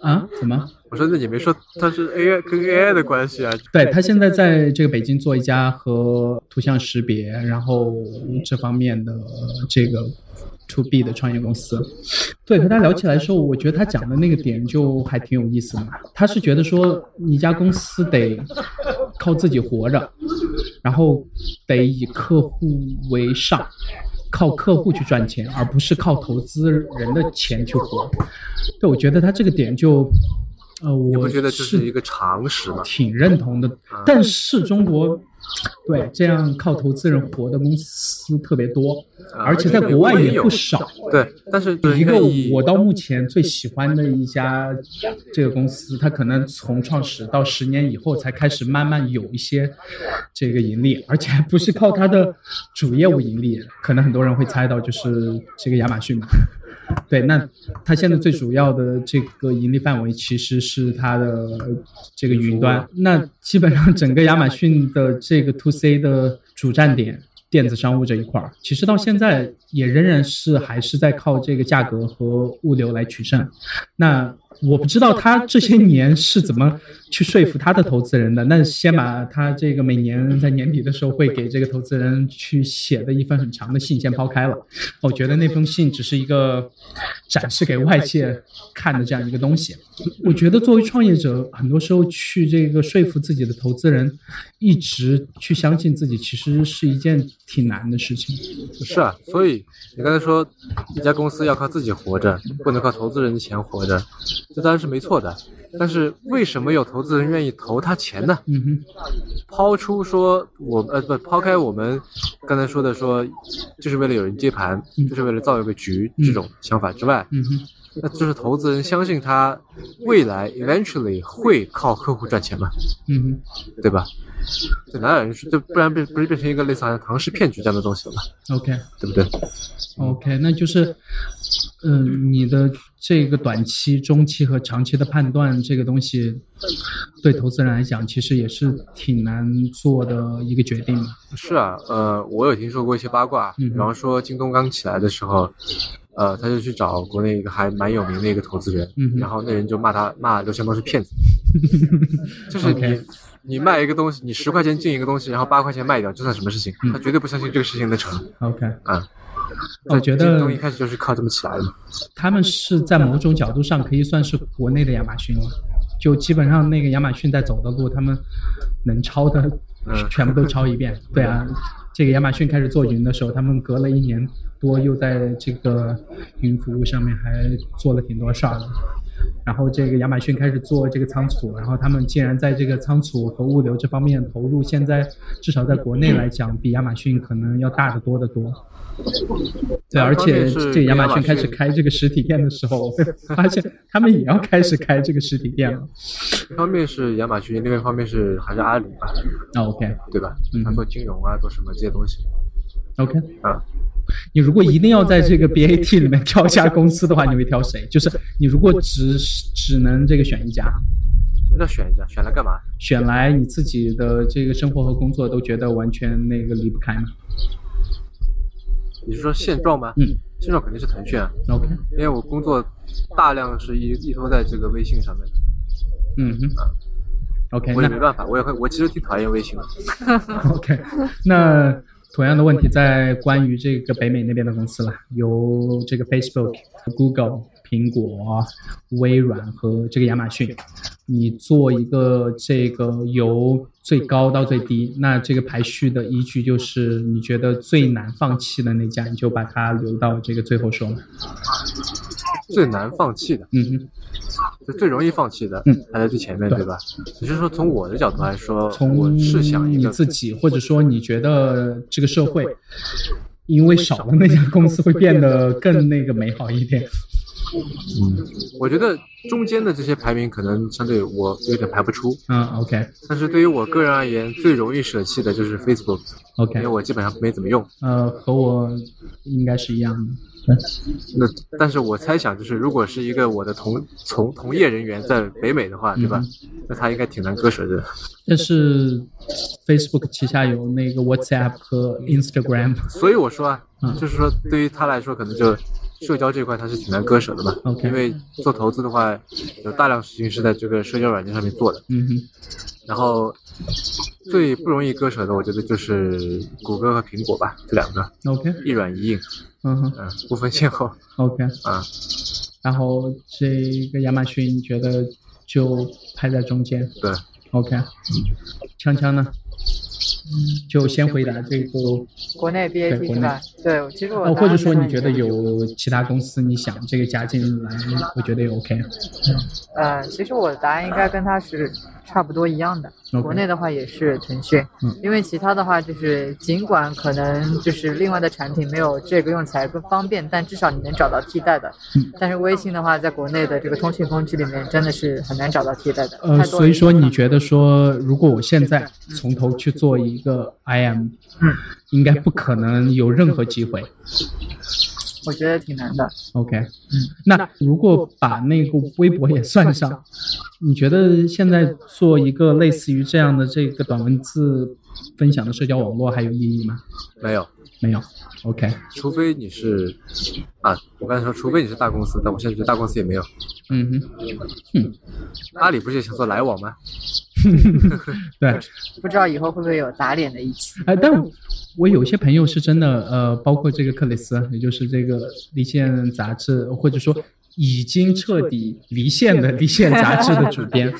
[SPEAKER 2] 啊怎么？
[SPEAKER 1] 我说那你没说它是 AI 跟 AI 的关系啊？
[SPEAKER 2] 对他现在在这个北京做一家和图像识别，然后这方面的呃这个 to B 的创业公司。对，和他聊起来的时候，我觉得他讲的那个点就还挺有意思的。他是觉得说，你一家公司得靠自己活着，然后得以客户为上，靠客户去赚钱，而不是靠投资人的钱去活。对，我觉得他这个点就。呃，
[SPEAKER 1] 你
[SPEAKER 2] 我
[SPEAKER 1] 不觉得这
[SPEAKER 2] 是
[SPEAKER 1] 是一个常识吗？嗯
[SPEAKER 2] 挺认同的。但是中国对这样靠投资人活的公司特别多，
[SPEAKER 1] 啊
[SPEAKER 2] 而且在国外也不
[SPEAKER 1] 有
[SPEAKER 2] 少。
[SPEAKER 1] 对，但是
[SPEAKER 2] 有一个
[SPEAKER 1] 愿意
[SPEAKER 2] 我到目前最喜欢的一家这个公司，它可能从创始到十年以后才开始慢慢有一些这个盈利，而且还不是靠它的主业务盈利。可能很多人会猜到，就是这个亚马逊嘛。对，那它现在最主要的这个盈利范围其实是它的这个云端。那基本上整个亚马逊的这个 to C 的主站点，电子商务这一块儿，其实到现在也仍然是还是在靠这个价格和物流来取胜。那我不知道他这些年是怎么去说服他的投资人的。那先把他这个每年在年底的时候会给这个投资人去写的一份很长的信先抛开了。我哦觉得那封信只是一个展示给外界看的这样一个东西。我觉得作为创业者，很多时候去这个说服自己的投资人，一直去相信自己，其实是一件挺难的事情。
[SPEAKER 1] 是啊，所以你刚才说一家公司要靠自己活着，不能靠投资人的钱活着，这当然是没错的。但是为什么有投资人愿意投他钱呢？
[SPEAKER 2] 嗯哼，
[SPEAKER 1] 抛出说我呃不抛开我们刚才说的说，就是为了有人接盘，
[SPEAKER 2] 嗯
[SPEAKER 1] 就是为了造一个局
[SPEAKER 2] 嗯
[SPEAKER 1] 这种想法之外，
[SPEAKER 2] 嗯哼，
[SPEAKER 1] 那就是投资人相信他未来 eventually 会靠客户赚钱嘛，
[SPEAKER 2] 嗯哼，
[SPEAKER 1] 对吧？这哪有人说？这不然变不是变成一个类似好像唐氏骗局这样的东西了嘛，
[SPEAKER 2] OK。
[SPEAKER 1] 对不对？
[SPEAKER 2] OK，那就是，嗯、你的这个短期、中期和长期的判断，这个东西对投资人来讲，其实也是挺难做的一个决定吧。
[SPEAKER 1] 是啊，呃，我有听说过一些八卦，
[SPEAKER 2] 嗯
[SPEAKER 1] 比方说京东刚起来的时候，呃，他就去找国内一个还蛮有名的一个投资人，
[SPEAKER 2] 嗯哼
[SPEAKER 1] 然后那人就骂他骂刘强东是骗子，就是你
[SPEAKER 2] OK
[SPEAKER 1] 你卖一个东西，你十块钱进一个东西，然后八块钱卖掉，这算什么事情？
[SPEAKER 2] 嗯
[SPEAKER 1] 他绝对不相信这个事情能成
[SPEAKER 2] ，OK，
[SPEAKER 1] 啊。
[SPEAKER 2] 我觉得
[SPEAKER 1] 京东一开始就是靠这么起来的嘛。
[SPEAKER 2] 他们是在某种角度上可以算是国内的亚马逊了，就基本上那个亚马逊在走的路，他们能抄的
[SPEAKER 1] 嗯
[SPEAKER 2] 全部都抄一遍。对啊，这个亚马逊开始做云的时候，他们隔了一年多又在这个云服务上面还做了挺多事儿的。然后这个亚马逊开始做这个仓储，然后他们竟然在这个仓储和物流这方面投入，现在至少在国内来讲，比亚马逊可能要大得多得多。对，而且这个亚马逊开始开这个实体店的时候，我 会发现他们也要开始开这个实体店了。
[SPEAKER 1] 一方面是亚马逊，另外一方面是还是阿里吧，
[SPEAKER 2] 那 OK
[SPEAKER 1] 对吧
[SPEAKER 2] 嗯？
[SPEAKER 1] 他做金融啊，做什么这些东西
[SPEAKER 2] OK，
[SPEAKER 1] 啊？
[SPEAKER 2] 你如果一定要在这个 BAT 里面挑一家公司的话，你会挑谁？就是你如果只只能这个选一家，
[SPEAKER 1] 那选一家，选来干嘛？
[SPEAKER 2] 选来你自己的这个生活和工作都觉得完全那个离不开吗？
[SPEAKER 1] 你是说现状吗？
[SPEAKER 2] 嗯
[SPEAKER 1] 现状肯定是腾讯啊。
[SPEAKER 2] ，OK，
[SPEAKER 1] 因为我工作大量是依依托在这个微信上面的，
[SPEAKER 2] 嗯哼，OK，
[SPEAKER 1] 我也没
[SPEAKER 2] 那
[SPEAKER 1] 办法，我也会，我其实挺讨厌微信的。
[SPEAKER 2] OK，那同样的问题在关于这个北美那边的公司了，由这个 Facebook、Google、苹果、微软和这个亚马逊，你做一个这个由最高到最低，那这个排序的依据就是你觉得最难放弃的那家，你就把它留到这个最后说嘛。
[SPEAKER 1] 最难放弃的，
[SPEAKER 2] 嗯哼，
[SPEAKER 1] 就最容易放弃的
[SPEAKER 2] 嗯，
[SPEAKER 1] 排在最前面，
[SPEAKER 2] 对
[SPEAKER 1] 对吧？你是说从我的角度来说，我
[SPEAKER 2] 从
[SPEAKER 1] 是想一
[SPEAKER 2] 你
[SPEAKER 1] 个
[SPEAKER 2] 自己，或者说你觉得这个社会，因为少了那家公司会变得更那个美好一点。
[SPEAKER 1] 我觉得中间的这些排名可能相对我有点排不出，
[SPEAKER 2] 嗯，OK
[SPEAKER 1] 但是对于我个人而言，最容易舍弃的就是 Facebook，因
[SPEAKER 2] OK，
[SPEAKER 1] 为我基本上没怎么用。
[SPEAKER 2] 呃，和我应该是一样的。
[SPEAKER 1] 那但是我猜想，就是如果是一个我的同从同业人员在北美的话，对
[SPEAKER 2] 嗯
[SPEAKER 1] 吧？那他应该挺难割舍的。
[SPEAKER 2] 但是 Facebook 旗下有那个 WhatsApp 和 Instagram。
[SPEAKER 1] 所以我说啊
[SPEAKER 2] 嗯，
[SPEAKER 1] 就是说对于他来说，可能就社交这块他是挺难割舍的嘛。
[SPEAKER 2] 嗯 OK
[SPEAKER 1] 因为做投资的话，有大量事情是在这个社交软件上面做的。
[SPEAKER 2] 嗯哼
[SPEAKER 1] 然后最不容易割舍的，我觉得就是谷歌和苹果吧，这两个
[SPEAKER 2] ，OK，
[SPEAKER 1] 一软一硬，
[SPEAKER 2] 嗯哼
[SPEAKER 1] 嗯，不分先后
[SPEAKER 2] ，OK。
[SPEAKER 1] 啊。
[SPEAKER 2] 然后这个亚马逊觉得就排在中间
[SPEAKER 1] 对，
[SPEAKER 2] ，OK。锵锵呢？嗯就先回答这个，
[SPEAKER 3] 国内
[SPEAKER 2] 对
[SPEAKER 3] BAT
[SPEAKER 2] 国内
[SPEAKER 3] 是吧？对，其实我
[SPEAKER 2] 呃，
[SPEAKER 3] 答
[SPEAKER 2] 或者
[SPEAKER 3] 案
[SPEAKER 2] 说
[SPEAKER 3] 跟
[SPEAKER 2] 你觉得
[SPEAKER 3] 样
[SPEAKER 2] 有其他公司你想这个加进来，我觉得也 OK。
[SPEAKER 3] 呃，其实我的答案应该跟他是差不多一样的。
[SPEAKER 2] OK
[SPEAKER 3] 国内的话也是腾讯，
[SPEAKER 2] 嗯
[SPEAKER 3] 因为其他的话就是，尽管可能就是另外的产品没有这个用起来更方便，但至少你能找到替代的。
[SPEAKER 2] 嗯
[SPEAKER 3] 但是微信的话，在国内的这个通讯工具里面真的是很难找到替代的。
[SPEAKER 2] 呃，
[SPEAKER 3] 太多
[SPEAKER 2] 所以
[SPEAKER 3] 人
[SPEAKER 2] 说
[SPEAKER 3] 用
[SPEAKER 2] 你
[SPEAKER 3] 了
[SPEAKER 2] 觉得说，如果我现在从头去做一个 IM，
[SPEAKER 3] 嗯
[SPEAKER 2] 应该不可能有任何机会。
[SPEAKER 3] 我觉得挺难的。
[SPEAKER 2] OK，那嗯如果把那个微博也算上，你觉得现在做一个类似于这样的这个短文字分享的社交网络还有意义吗？
[SPEAKER 1] 没有，
[SPEAKER 2] 没有。OK，
[SPEAKER 1] 除非你是啊，我刚才说，除非你是大公司，但我现在觉得大公司也没有。
[SPEAKER 2] 嗯哼，嗯，
[SPEAKER 1] 阿里不是也想做来往吗？
[SPEAKER 2] 对。
[SPEAKER 3] 不知道以后会不会有打脸的一期？
[SPEAKER 2] 哎，但我有些朋友是真的，呃，包括这个克里斯，也就是这个《离线》杂志，或者说已经彻底离线的《离线》杂志的主编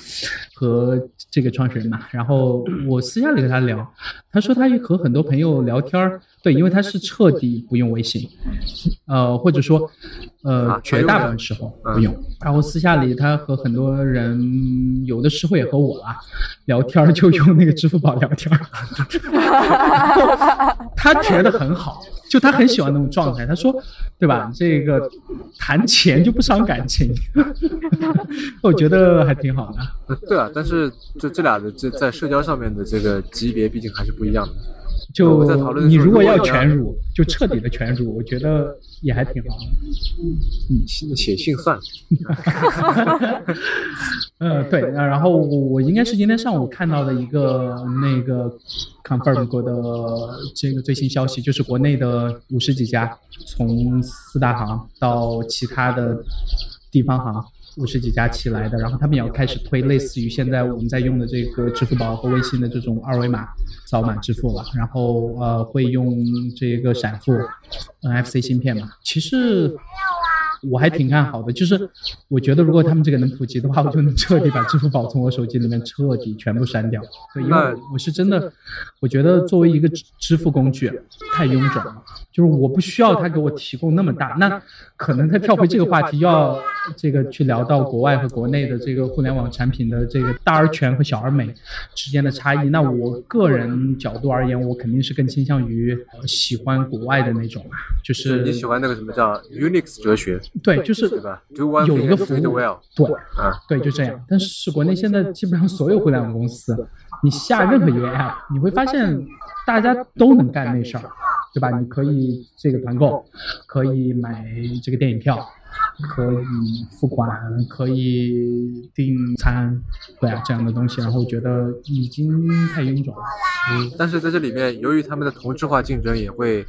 [SPEAKER 2] 和这个创始人嘛。然后我私下里跟他聊，他说他和很多朋友聊天儿，对，因为他是彻底不用微信，呃，或者说呃
[SPEAKER 1] 啊，
[SPEAKER 2] 绝大部分时候不用。然后私下里他和很多人，有的时候也和我啊聊天儿，就用那个支付宝聊天儿。 他觉得很好，就他很喜欢那种状态。他说，对吧？这个谈钱就不伤感情， 我觉得还挺好的。
[SPEAKER 1] 对啊，但是这这俩的这在社交上面的这个级别，毕竟还是不一样的。
[SPEAKER 2] 就
[SPEAKER 1] 我在讨论的
[SPEAKER 2] 你
[SPEAKER 1] 时候
[SPEAKER 2] 如果
[SPEAKER 1] 如果
[SPEAKER 2] 要
[SPEAKER 1] 要
[SPEAKER 2] 全乳，就彻底的全乳，我觉得也还挺好的。
[SPEAKER 1] 写写信算了，
[SPEAKER 2] 呃，对，呃然后我我应该是今天上午看到的一个那个 confirm 过的这个最新消息，就是国内的五十几家，从四大行到其他的地方行。五十几家起来的，然后他们也要开始推类似于现在我们在用的这个支付宝和微信的这种二维码扫码支付了，然后呃会用这个闪付 NFC 芯片嘛。其实我还挺看好的，就是我觉得如果他们这个能普及的话，我就能彻底把支付宝从我手机里面彻底全部删掉。对，因为
[SPEAKER 1] 那
[SPEAKER 2] 我是真的，我觉得作为一个支支付工具太臃肿了，就是我不需要它给我提供那么大。那可能它跳回这个话题，要这个去聊到国外和国内的这个互联网产品的这个大而全和小而美之间的差异。那我个人角度而言，我肯定是更倾向于呃喜欢国外的那种啊，
[SPEAKER 1] 就
[SPEAKER 2] 就
[SPEAKER 1] 是
[SPEAKER 2] 是
[SPEAKER 1] 你喜欢那个什么叫 Unix 哲学，
[SPEAKER 2] 对，就是
[SPEAKER 1] 对吧？Do one
[SPEAKER 2] 有
[SPEAKER 1] thing
[SPEAKER 2] 一个
[SPEAKER 1] and
[SPEAKER 2] 服
[SPEAKER 1] do
[SPEAKER 2] 务
[SPEAKER 1] it well
[SPEAKER 2] 对。
[SPEAKER 1] 啊，
[SPEAKER 2] 对，就这样。但是国内现在基本上所有互联网公司，你嗯下任何一个 app，你会发现大家都能干那事儿，对吧？你可以这个团购，可以买这个电影票，可以付款，可以订餐，对啊，这样的东西。然后我觉得已经太臃肿了。
[SPEAKER 1] 嗯，但是在这里面，由于他们的同质化竞争，也会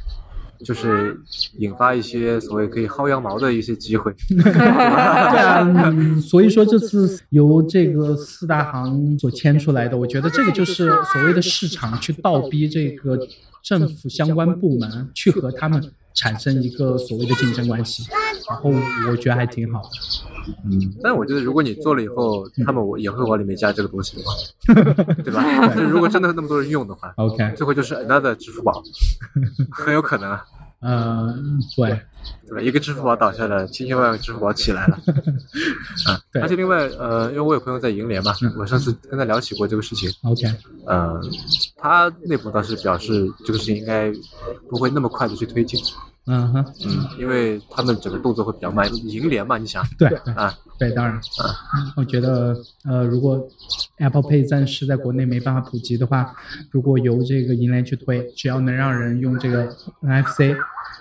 [SPEAKER 1] 就是引发一些所谓可以薅羊毛的一些机会。
[SPEAKER 2] 对啊，嗯所以说这次由这个四大行所牵出来的，我觉得这个就是所谓的市场去倒逼这个政府相关部门去和他们产生一个所谓的竞争关系，然后我觉得还挺好的。
[SPEAKER 1] 但我觉得，如果你做了以后，他们我也会往里面加这个东西的话，对吧？就如果真的那么多人用的话，
[SPEAKER 2] OK，
[SPEAKER 1] 最后就是 another 支付宝，很有可能啊，
[SPEAKER 2] 呃，对，
[SPEAKER 1] 对吧？一个支付宝倒下了，千千万万个支付宝起来了，啊，
[SPEAKER 2] 对
[SPEAKER 1] 而且另外，呃，因为我有朋友在银联嘛，我上次跟他聊起过这个事情，
[SPEAKER 2] ，OK，
[SPEAKER 1] 呃，他内部倒是表示这个事情应该不会那么快的去推进，
[SPEAKER 2] 嗯哼，
[SPEAKER 1] 嗯，因为他们整个动作会比较慢，银联嘛，你想
[SPEAKER 2] 对对啊
[SPEAKER 1] 啊，
[SPEAKER 2] 对，当然，我觉得呃，如果 Apple Pay 暂时在国内没办法普及的话，如果由这个银联去推，只要能让人用这个 NFC，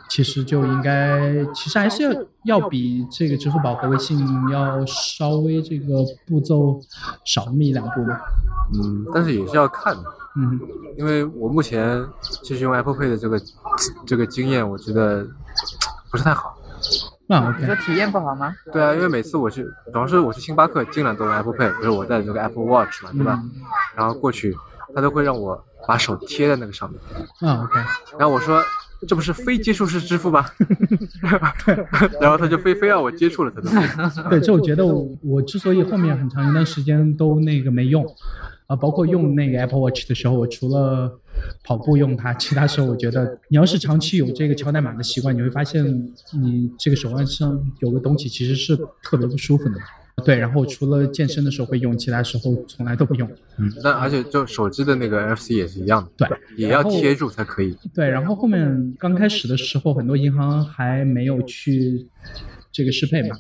[SPEAKER 2] 其实就应该，其实还是要要比这个支付宝和微信要稍微这个步骤少那么一两步吧。
[SPEAKER 1] 嗯，但是也是要看的。
[SPEAKER 2] 嗯，
[SPEAKER 1] 因为我目前就是用 Apple Pay 的这个这个经验，我觉得不是太好。
[SPEAKER 2] 那
[SPEAKER 3] 你
[SPEAKER 2] OK，
[SPEAKER 3] 说体验不好吗？
[SPEAKER 1] 对啊，因为每次我去，主要是我去星巴克，尽量都用 Apple Pay，比如我带着这个 Apple Watch 嘛，对吧？
[SPEAKER 2] 嗯
[SPEAKER 1] 然后过去，他都会让我把手贴在那个上面，
[SPEAKER 2] 啊 OK，
[SPEAKER 1] 然后我说。这不是非接触式支付吗？ 然后他就非非要我接触了 才能。
[SPEAKER 2] 对，这我觉得我我之所以后面很长一段时间都那个没用，啊，包括用那个 Apple Watch 的时候，我除了跑步用它，其他时候我觉得你要是长期有这个敲代码的习惯，你会发现你这个手腕上有个东西其实是特别不舒服的。对，然后除了健身的时候会用，其他时候从来都不用。
[SPEAKER 1] 那而且就手机的那个 NFC 也是一样的，
[SPEAKER 2] 对，
[SPEAKER 1] 也要贴住才可以。
[SPEAKER 2] 对，然后后面刚开始的时候，很多银行还没有去这个适配嘛，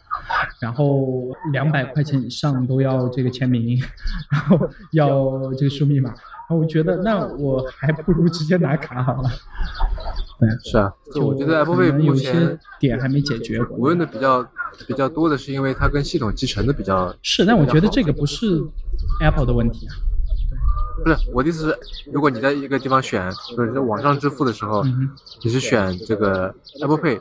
[SPEAKER 2] 然后 两百块钱以上都要这个签名，然后要这个输密码。我觉得那我还不如直接拿卡好了。
[SPEAKER 4] 是啊，就我觉得 Apple
[SPEAKER 2] 可
[SPEAKER 4] Pay
[SPEAKER 2] 能
[SPEAKER 4] 目
[SPEAKER 2] 有些
[SPEAKER 4] 前
[SPEAKER 2] 点还没解决。
[SPEAKER 4] 无论的比较比较多的是因为它跟系统集成的比较
[SPEAKER 2] 是，但我觉得这个不是 Apple 的问题啊。
[SPEAKER 4] 不是我的意思是，如果你在一个地方选，就是在网上支付的时候，
[SPEAKER 2] 嗯哼，
[SPEAKER 4] 你是选这个 Apple Pay，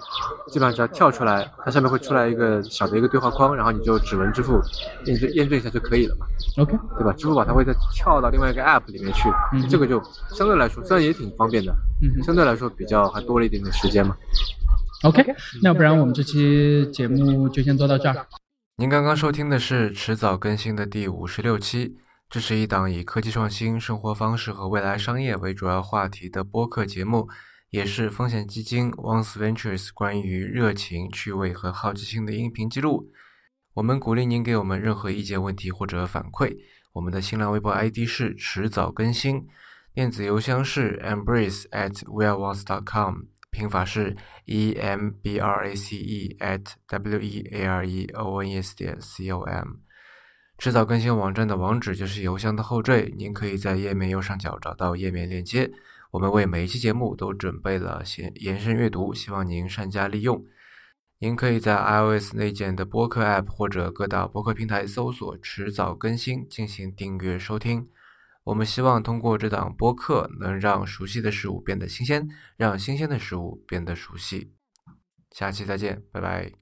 [SPEAKER 4] 基本上只要跳出来，它下面会出来一个小的一个对话框，然后你就指纹支付，验证验证一下就可以了嘛，
[SPEAKER 2] OK，
[SPEAKER 4] 对吧？支付宝它会再跳到另外一个 App 里面去
[SPEAKER 2] 嗯，
[SPEAKER 4] 这个就相对来说虽然也挺方便的，
[SPEAKER 2] 嗯哼
[SPEAKER 4] 相对来说比较还多了一点点时间嘛。
[SPEAKER 2] ，OK，那不然我们这期节目就先做到这儿。
[SPEAKER 1] 您刚刚收听的是迟早更新的第五十六期，这是一档以科技创新、生活方式和未来商业为主要话题的播客节目，也是风险基金 Once Ventures 关于热情、趣味和好奇心的音频记录。我们鼓励您给我们任何意见、问题或者反馈。我们的新浪微博 ID 是迟早更新，电子邮箱是 embrace at weareonce.com，拼法是 e m b r a c e at w e a r e o n e s 点 c o m。迟早更新网站的网址就是邮箱的后缀，您可以在页面右上角找到页面链接。我们为每一期节目都准备了延延伸阅读，希望您善加利用。您可以在 iOS 内建的播客 App 或者各大播客平台搜索“迟早更新”进行订阅收听。我们希望通过这档播客，能让熟悉的事物变得新鲜，让新鲜的事物变得熟悉。下期再见，拜拜。